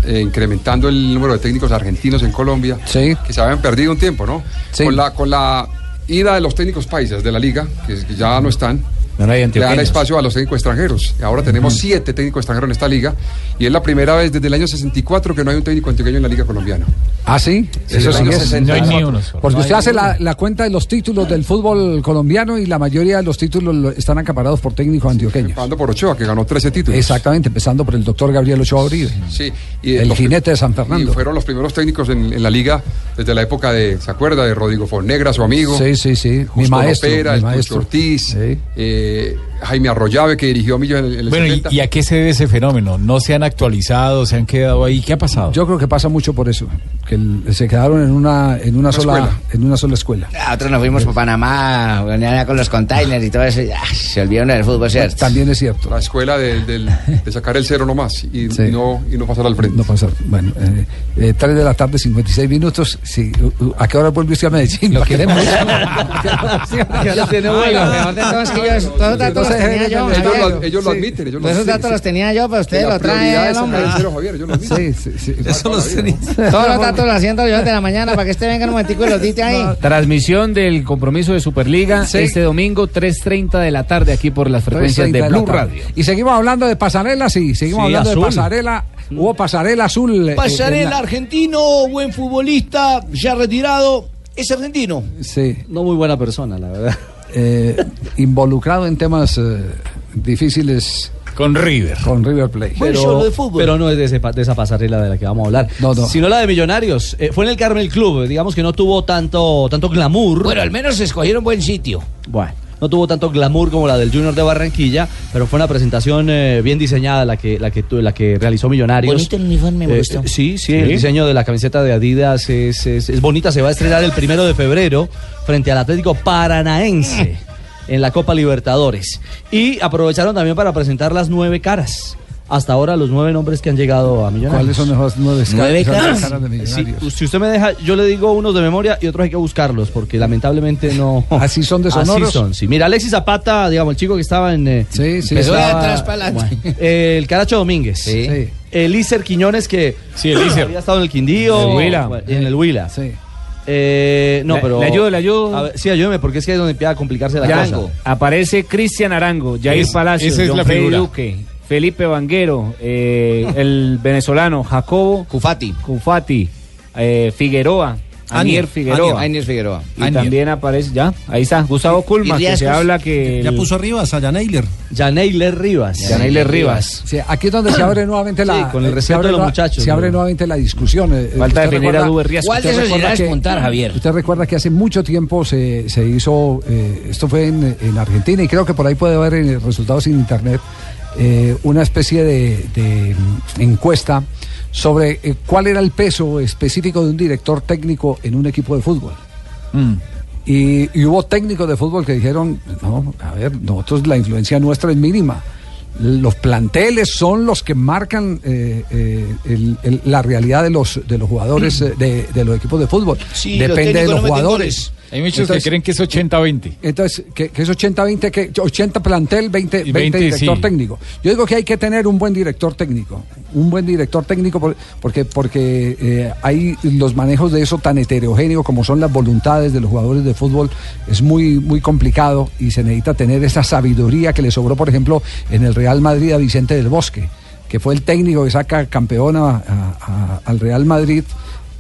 S13: eh, incrementando el número de técnicos argentinos en Colombia, que se habían perdido un tiempo, ¿no? Con, la, con la ida de los técnicos paisas de la liga, que, que ya no están. Le dan espacio a los técnicos extranjeros. Ahora tenemos siete técnicos extranjeros en esta liga y es la primera vez desde el año 64 que no hay un técnico antioqueño en la liga colombiana.
S2: Ah, sí, eso sí es. Porque usted hace la, la cuenta de los títulos del fútbol colombiano y la mayoría de los títulos lo- están acaparados por técnicos antioqueños.
S13: Empezando por Ochoa, que ganó 13 títulos.
S2: Exactamente, empezando por el doctor Gabriel Ochoa Uribe,
S13: Sí, y eh,
S2: el
S13: los-
S2: jinete de San
S13: Y
S2: Fernando.
S13: fueron los primeros técnicos en, en la liga desde la época de, ¿se acuerda? De Rodrigo Fornegra, su amigo.
S2: Sí, sí, sí, mi
S13: Justo
S2: maestro.
S13: Lopera,
S2: mi
S13: el Tucho
S2: maestro.
S13: Ortiz, eh, Jaime Arroyave, que dirigió a Millos en el, en el
S4: Bueno, ¿y,
S13: 70.
S4: y a qué se debe ese fenómeno? ¿No se han actualizado? ¿Se han quedado ahí? ¿Qué ha pasado?
S2: Yo creo que pasa mucho por eso, que el- se quedaron en una, en una,
S4: Una
S2: sola,
S4: escuela.
S2: en una sola escuela.
S5: Nosotros nos fuimos por Panamá, allá con los containers y todo eso. y, ah, se olvidaron del fútbol, ¿cierto?
S2: También es cierto.
S13: La escuela de, del- de sacar el cero nomás y, y no, y no pasar al frente.
S2: No pasar. Bueno, eh, eh, 3 de la tarde, 56 minutos. Sí, uh, uh, ¿A qué hora vuelve usted a Medellín? Lo queremos.
S16: Ya lo tiene
S2: Ay,
S16: bueno.
S2: lo peor de todo es que yo- todos los datos los tenía yo,
S13: Ellos lo-
S2: Javier.
S13: ellos lo
S2: Sí.
S13: admiten. ellos lo
S5: Pues
S2: Esos
S13: admiten.
S2: datos los
S5: tenía yo, pero
S13: Que
S5: ustedes
S13: la
S5: lo traen
S13: prioridad
S5: el
S13: es sacar
S5: hombre.
S13: el cero, Javier, yo lo admito.
S2: Eso
S13: los
S5: Todos los datos los haciendo yo de la mañana para que usted venga un momentico y los dite ahí.
S3: Transmisión del compromiso de Superliga
S2: Sí.
S3: este domingo 3.30 de la tarde aquí por las frecuencias
S2: 3:30
S3: de
S2: la
S3: Blue
S2: tarde.
S3: Radio.
S2: Y seguimos hablando de pasarelas, sí, seguimos
S3: Sí,
S2: hablando
S3: azul.
S2: de pasarela. Hubo pasarela azul. eh, en
S8: Pasarela
S2: la-
S8: argentino, buen futbolista, ya retirado. Es argentino.
S2: Sí.
S6: No muy buena persona, la verdad.
S2: eh, involucrado en temas eh, difíciles.
S4: Con River.
S2: Con River Plate.
S6: pero no es de, ese pa- de esa pasarela de la que vamos a hablar. Sino la de Millonarios. Eh, fue en el Carmel Club. Digamos que no tuvo tanto, tanto glamour. Bueno, al menos escogieron buen sitio. Bueno. No tuvo tanto glamour como la del Junior de Barranquilla, pero fue una presentación eh, bien diseñada la que, la que, tu- la que realizó Millonarios.
S5: Bonito el uniforme, me
S6: Eh,
S5: gustó.
S6: sí, sí, el diseño de la camiseta de Adidas es, es- es bonita. Se va a estrenar el primero de febrero frente al Atlético Paranaense
S5: Mm.
S6: en la Copa Libertadores. Y aprovecharon también para presentar las nueve caras. Hasta ahora los nueve nombres que han llegado a Millonarios.
S2: ¿Cuáles son las nueve caras-
S6: Nueve
S2: Pues, son las
S6: caras.
S2: caras de
S6: Sí,
S2: Millonarios?
S6: si usted me deja, yo le digo unos de memoria y otros hay que buscarlos, porque lamentablemente no.
S2: Así son de sonoros.
S6: Así son, sí. Mira, Alexis Zapata, digamos, el chico que estaba en. eh,
S2: sí.
S6: empezó
S2: Pero de
S6: a-
S2: atrás para adelante.
S6: bueno. Eh, el Caracho Domínguez.
S2: Sí. Sí.
S6: Elícer Quiñones, que
S4: sí, Elícer.
S6: había estado en el Quindío.
S4: En el Huila.
S6: bueno, y En el Huila.
S2: Sí.
S6: Eh, no,
S3: Le-
S6: pero.
S3: le ayudo, le ayudo.
S6: A ver, sí, ayúdeme, porque es que es donde empieza a complicarse la
S3: Arango.
S6: cosa.
S3: Aparece Cristian Arango, Jair
S6: Es-
S3: Palacios,
S6: esa es
S3: John
S6: la
S3: Freddy
S6: figura.
S3: Duque, Felipe Vanguero, eh, el venezolano Jacobo Cufati, Cufati eh, Figueroa, Anier Figueroa.
S15: Anier Figueroa.
S3: Y también aparece, ya, ahí está, Gustavo Culma, que se habla que...
S7: Ya
S3: el-
S7: puso Rivas a Janeiler.
S6: Janeiler Rivas.
S3: Yaneiler Rivas.
S2: Sí, aquí es donde se abre nuevamente la. eh,
S6: Sí, con el
S2: se
S6: respeto
S2: abre
S6: de los
S2: nua-
S6: muchachos,
S2: Se abre
S6: ¿no?
S2: nuevamente la discusión. eh,
S3: Falta
S2: usted
S3: definir a
S2: recuerda-
S3: Dube Rias. ¿Cuál de
S2: usted
S3: esos
S2: recuerda
S3: irá a
S2: que-
S3: descontar, Javier?
S2: Usted recuerda que hace mucho tiempo se, se hizo. eh, esto fue en, en Argentina y creo que por ahí puede haber eh, resultados en Internet. eh, una especie de, de, mm, encuesta sobre eh, cuál era el peso específico de un director técnico en un equipo de fútbol.
S3: mm,
S2: Y, y hubo técnicos de fútbol que dijeron, no, a ver, nosotros la influencia nuestra es mínima. Los planteles son los que marcan eh, eh, el- el- la realidad de los, de los jugadores, eh, de, de los equipos de fútbol.
S4: Sí, los
S2: Depende de
S4: técnicos
S2: los
S4: no meten
S2: jugadores.
S4: goles. Hay muchos
S2: Entonces-
S4: que creen que es 80-20.
S2: Entonces, que, que es 80-20, que 80 plantel, 20,
S4: Y
S2: 20
S4: 20,
S2: director
S4: sí.
S2: técnico. Yo digo que hay que tener un buen director técnico. Un buen director técnico por- porque, porque eh, hay los manejos de eso tan heterogéneo como son las voluntades de los jugadores de fútbol. Es muy, muy complicado y se necesita tener esa sabiduría que le sobró, por ejemplo, en el Real Madrid a Vicente del Bosque, que fue el técnico que saca campeón a- a- a- al Real Madrid.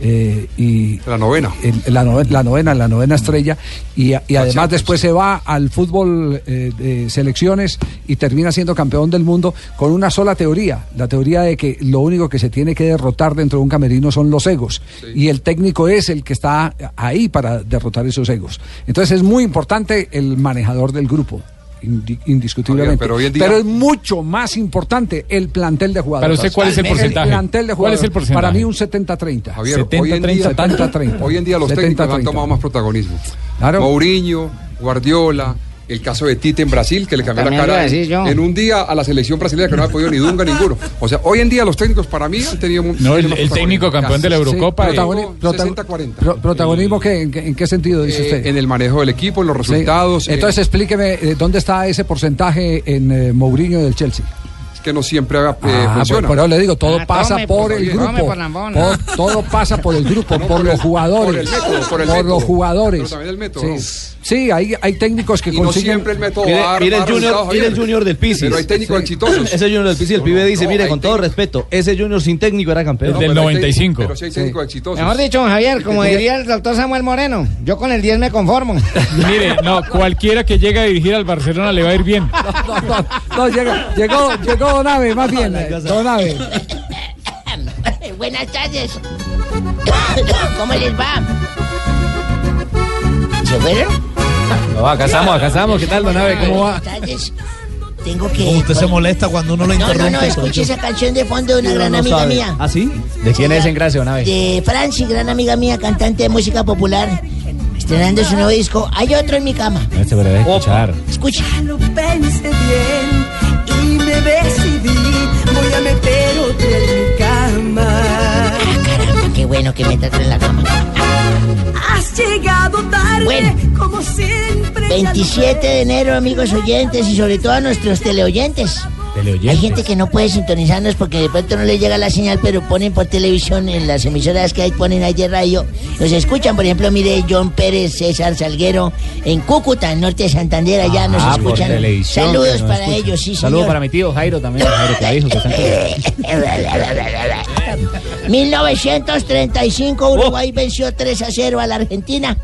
S2: eh, y
S13: la novena.
S2: la, nove- la novena, la novena estrella, y, a- y además después se va al fútbol eh, de selecciones y termina siendo campeón del mundo con una sola teoría, la teoría de que lo único que se tiene que derrotar dentro de un camerino son los egos, y el técnico es el que está ahí para derrotar esos egos. Entonces es muy importante el manejador del grupo. indi- Indiscutiblemente.
S13: Javier, pero hoy en día-
S2: es mucho más importante el plantel de jugadores.
S13: Para usted, ¿cuál es el
S2: Totalmente.
S13: porcentaje?
S2: plantel
S13: ¿Cuál
S2: de
S13: es el
S2: jugadores.
S13: porcentaje?
S2: Para mí, un 70-30.
S13: Javier, hoy, en día,
S2: 70-30.
S13: hoy en día los técnicos han
S2: 70-30.
S13: tomado más protagonismo.
S2: Claro.
S13: Mourinho, Guardiola, el caso de Tite en Brasil, que le cambió la
S2: También
S13: cara
S2: lo iba a decir yo.
S13: en un día a la selección brasileña que no ha podido ni Dunga ninguno. O sea, hoy en día los técnicos para mí han tenido mu-
S4: No, el-
S13: más
S4: el técnico
S13: protagonismo.
S4: campeón de la
S13: Sí,
S4: Eurocopa, eh.
S13: protagoni-
S4: Digo,
S13: prota-
S2: 60-40. Pro- ¿Protagonismo que, en, qué- en qué sentido dice
S13: eh,
S2: usted?
S13: en el manejo del equipo, en los
S2: Sí.
S13: resultados. eh,
S2: Entonces explíqueme eh, dónde está ese porcentaje en eh, Mourinho del Chelsea.
S13: es que no siempre haga, eh,
S2: Ah,
S13: funciona.
S2: pero- pero le digo, todo pasa
S13: tome,
S2: Ah, por
S13: pues,
S2: el
S13: tome,
S2: grupo.
S13: por
S2: Todo, todo pasa por el grupo, por, los jugadores.
S13: por el método, por el método.
S2: los jugadores.
S13: Pero también el método,
S2: Sí, Sí, hay, hay técnicos que
S13: Y no
S2: consiguen.
S13: siempre el método
S6: Mire,
S13: va a dar
S6: mire el
S13: más
S6: junior,
S13: resultados,
S6: mire el
S13: Javier.
S6: junior del Pisis.
S13: Pero hay técnicos
S6: Sí.
S13: exitosos.
S6: Ese junior del Pisis, el pibe dice, mire, con todo respeto, ese junior sin técnico era campeón.
S4: El del No, pero hay técnico- 95. pero
S13: sí hay técnicos exitosos.
S16: Mejor dicho, don Javier, como diría el doctor Samuel Moreno, yo con el 10 me conformo.
S4: Mire, no, cualquiera que llegue a dirigir al Barcelona le va a ir bien.
S2: No, no, no, llegó, llegó, llegó Don Abe, más bien. eh, Don Abe.
S16: Eh, Buenas tardes. ¿Cómo les va? ¿Se fueron?
S3: No, acá estamos, acá estamos. ¿Qué tal, don Abe? Eh, ¿Cómo va?
S16: Buenas tardes. Tengo que.
S12: Como usted se molesta cuando uno lo
S16: No,
S12: interrumpe.
S16: no, no, escuche esa canción de fondo de una gran amiga mía.
S6: ¿Ah, sí?
S3: ¿De quién es en gracia, don Abe?
S16: De Franci, gran amiga mía, cantante de música popular. Estrenando su nuevo disco. Hay otro en mi cama.
S3: Este breve de escuchar.
S16: Escucha.
S17: Lo pensé bien y me decidí. Voy a meter otro en mi cama.
S16: Caramba, qué bueno que me tratan en la cama.
S17: Has llegado tarde, como siempre. ya lo
S16: 27 de enero, amigos oyentes, y sobre todo a nuestros teleoyentes. Hay gente que no puede sintonizarnos porque de pronto no les llega la señal, pero ponen por televisión en las emisoras que hay, ponen ahí de radio. Nos escuchan, por ejemplo, mire, John Pérez, César Salguero, en Cúcuta, en norte de Santander, allá
S3: Ah,
S16: nos
S3: por
S16: escuchan.
S3: televisión que
S16: Saludos
S3: nos
S16: para
S3: escuchan.
S16: ellos, sí,
S3: Saludos
S16: señor. Eh,
S3: para mi tío Jairo también, Jairo Clavijo, que está en Colombia.
S6: Oh.
S16: 1935 Uruguay venció 3 a 0 a la Argentina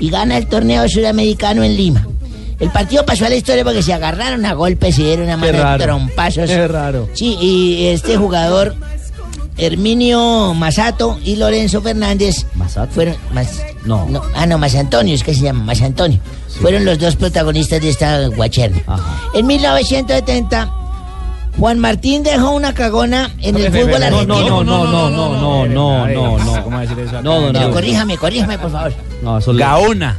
S16: y gana el torneo sudamericano en Lima. El partido pasó a la historia porque se agarraron a golpes y dieron una mano
S6: Qué
S16: de
S6: raro.
S16: trompazos.
S6: Qué raro.
S16: Sí, y este jugador, Herminio Masato y Lorenzo Fernández. ¿Masato? Fueron, Mas-
S6: No.
S16: no, ah, no, Mas Antonio, es que se llama Mas Antonio. Fueron los dos protagonistas de esta guacherna. En 1970, Juan Martín dejó una cagona en el fútbol
S6: No,
S16: argentino.
S6: no, no, no, no, no, no, no, no, no. ¿Cómo decir eso? No, don
S16: Pero
S6: Álvaro.
S16: corríjame, corríjame, por favor.
S6: No, eso le-
S3: Gaona.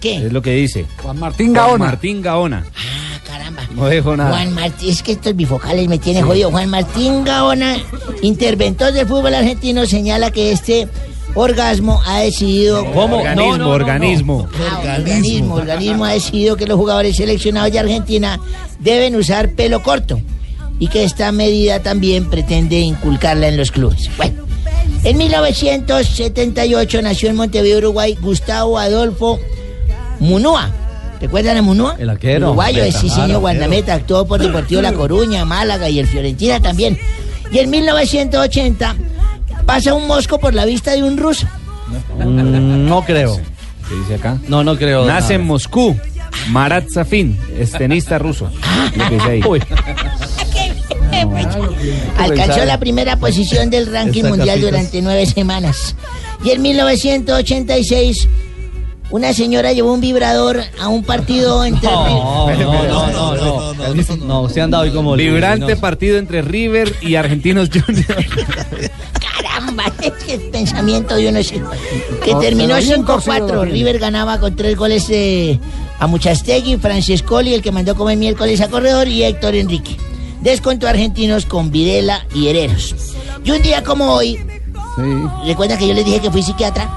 S16: ¿Qué?
S3: Es lo que dice. Juan
S2: Martín
S3: Gaona. Martín Gaona. Ah,
S16: caramba.
S3: No dejo nada.
S16: Juan Martín, es que estos bifocales me tienen jodido. Juan Martín Gaona, interventor del fútbol argentino, señala que este orgasmo ha decidido.
S3: ¿Cómo? Organismo, No, no, no, no. organismo.
S16: Ah, organismo. Organismo ha decidido que los jugadores seleccionados de Argentina deben usar pelo corto y que esta medida también pretende inculcarla en los clubes. Bueno, en 1978 nació en Montevideo, Uruguay, Gustavo Adolfo Munúa. ¿Recuerdan a Munúa?
S6: El arquero.
S16: Uruguayo, sí,
S6: Hombre, claro,
S16: señor
S6: arquero.
S16: Guardameta, actuó por Deportivo La Coruña, Málaga y el Fiorentina también. Y en 1980 pasa un mosco por la vista de un ruso.
S6: Mm, No creo.
S3: ¿Qué dice acá?
S6: No, no creo.
S3: Nace en Moscú. Marat Safin, estenista ruso.
S16: Ah.
S3: Lo que dice ahí.
S6: Uy.
S16: Alcanzó
S3: pensar.
S16: la primera posición del ranking
S3: Estas
S16: mundial
S3: capitas.
S16: durante nueve semanas. Y en 1986, una señora llevó un vibrador a un partido entre...
S6: No, no, no, no, no, no. No, se han dado hoy como
S3: Vibrante
S6: libres,
S3: partido entre River y Argentinos Juniors.
S16: Caramba, qué pensamiento de uno. sí. Que
S3: No,
S16: terminó
S3: se lo habían torcido,
S16: 5-4.
S3: David.
S16: River ganaba con tres goles de a Muchastegui, Francescoli, el que mandó comer miércoles a corredor, y Héctor Enrique. Descontó a argentinos con Videla y Hereros. Y un día como hoy, ¿recuerdan que yo les dije que fui psiquiatra?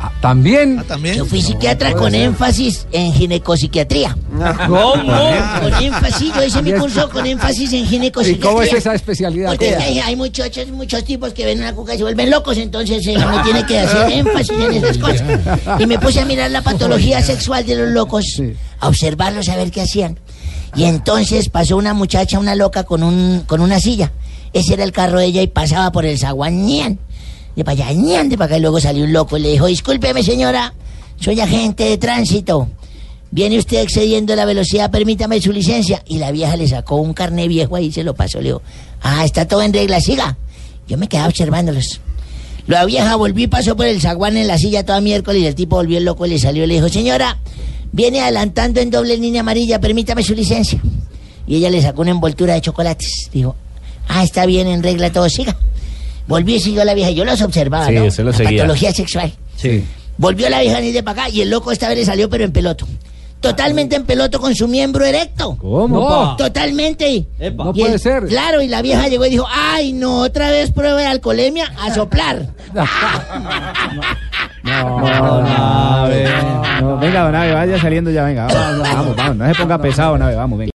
S2: Ah, También.
S16: Yo fui psiquiatra
S2: puede
S16: con
S2: ser.
S16: énfasis en ginecopsiquiatría.
S2: ¿Cómo?
S16: Con énfasis, yo hice mi curso con énfasis en
S2: ¿Y
S16: ginecopsiquiatría.
S2: cómo es esa especialidad?
S16: Porque es que hay, hay muchachos, muchos tipos que ven una cuca y se vuelven locos, entonces eh, uno tiene que hacer énfasis en esas cosas. Y me puse a mirar la patología sexual de los locos, a observarlos, a ver qué hacían. Y entonces pasó una muchacha, una loca, con, un, con una silla. Ese era el carro de ella y pasaba por el zaguán, ñan, de para allá, ñan, de para acá. Y luego salió un loco y le dijo, discúlpeme señora, soy agente de tránsito. Viene usted excediendo la velocidad, permítame su licencia. Y la vieja le sacó un carné viejo ahí y se lo pasó. Le dijo, ah, está todo en regla, siga. Yo me quedaba observándolos. La vieja volvió y pasó por el zaguán en la silla toda miércoles y el tipo volvió el loco y le salió y le dijo, señora, viene adelantando en doble línea amarilla, permítame su licencia. Y ella le sacó una envoltura de chocolates. Dijo, ah, está bien, en regla todo, siga. Volvió y siguió la vieja. Yo los observaba,
S3: Sí,
S16: ¿no?
S3: usted los
S16: la
S3: seguía.
S16: patología sexual.
S6: Sí.
S16: Volvió la vieja ni de para acá y el loco esta vez le salió pero en peloto. Totalmente en peloto con su miembro erecto.
S6: ¿Cómo, pa?
S16: Totalmente.
S6: Epa.
S16: Y
S6: No
S16: el-
S6: puede ser.
S16: Claro, y la vieja llegó y dijo, ay, no, otra vez prueba de alcoholemia a soplar.
S3: No, don Abe. No, venga, don Abe, vaya saliendo ya, venga. Vamos, vamos, vamos. No se ponga pesado, don Abe, vamos, venga.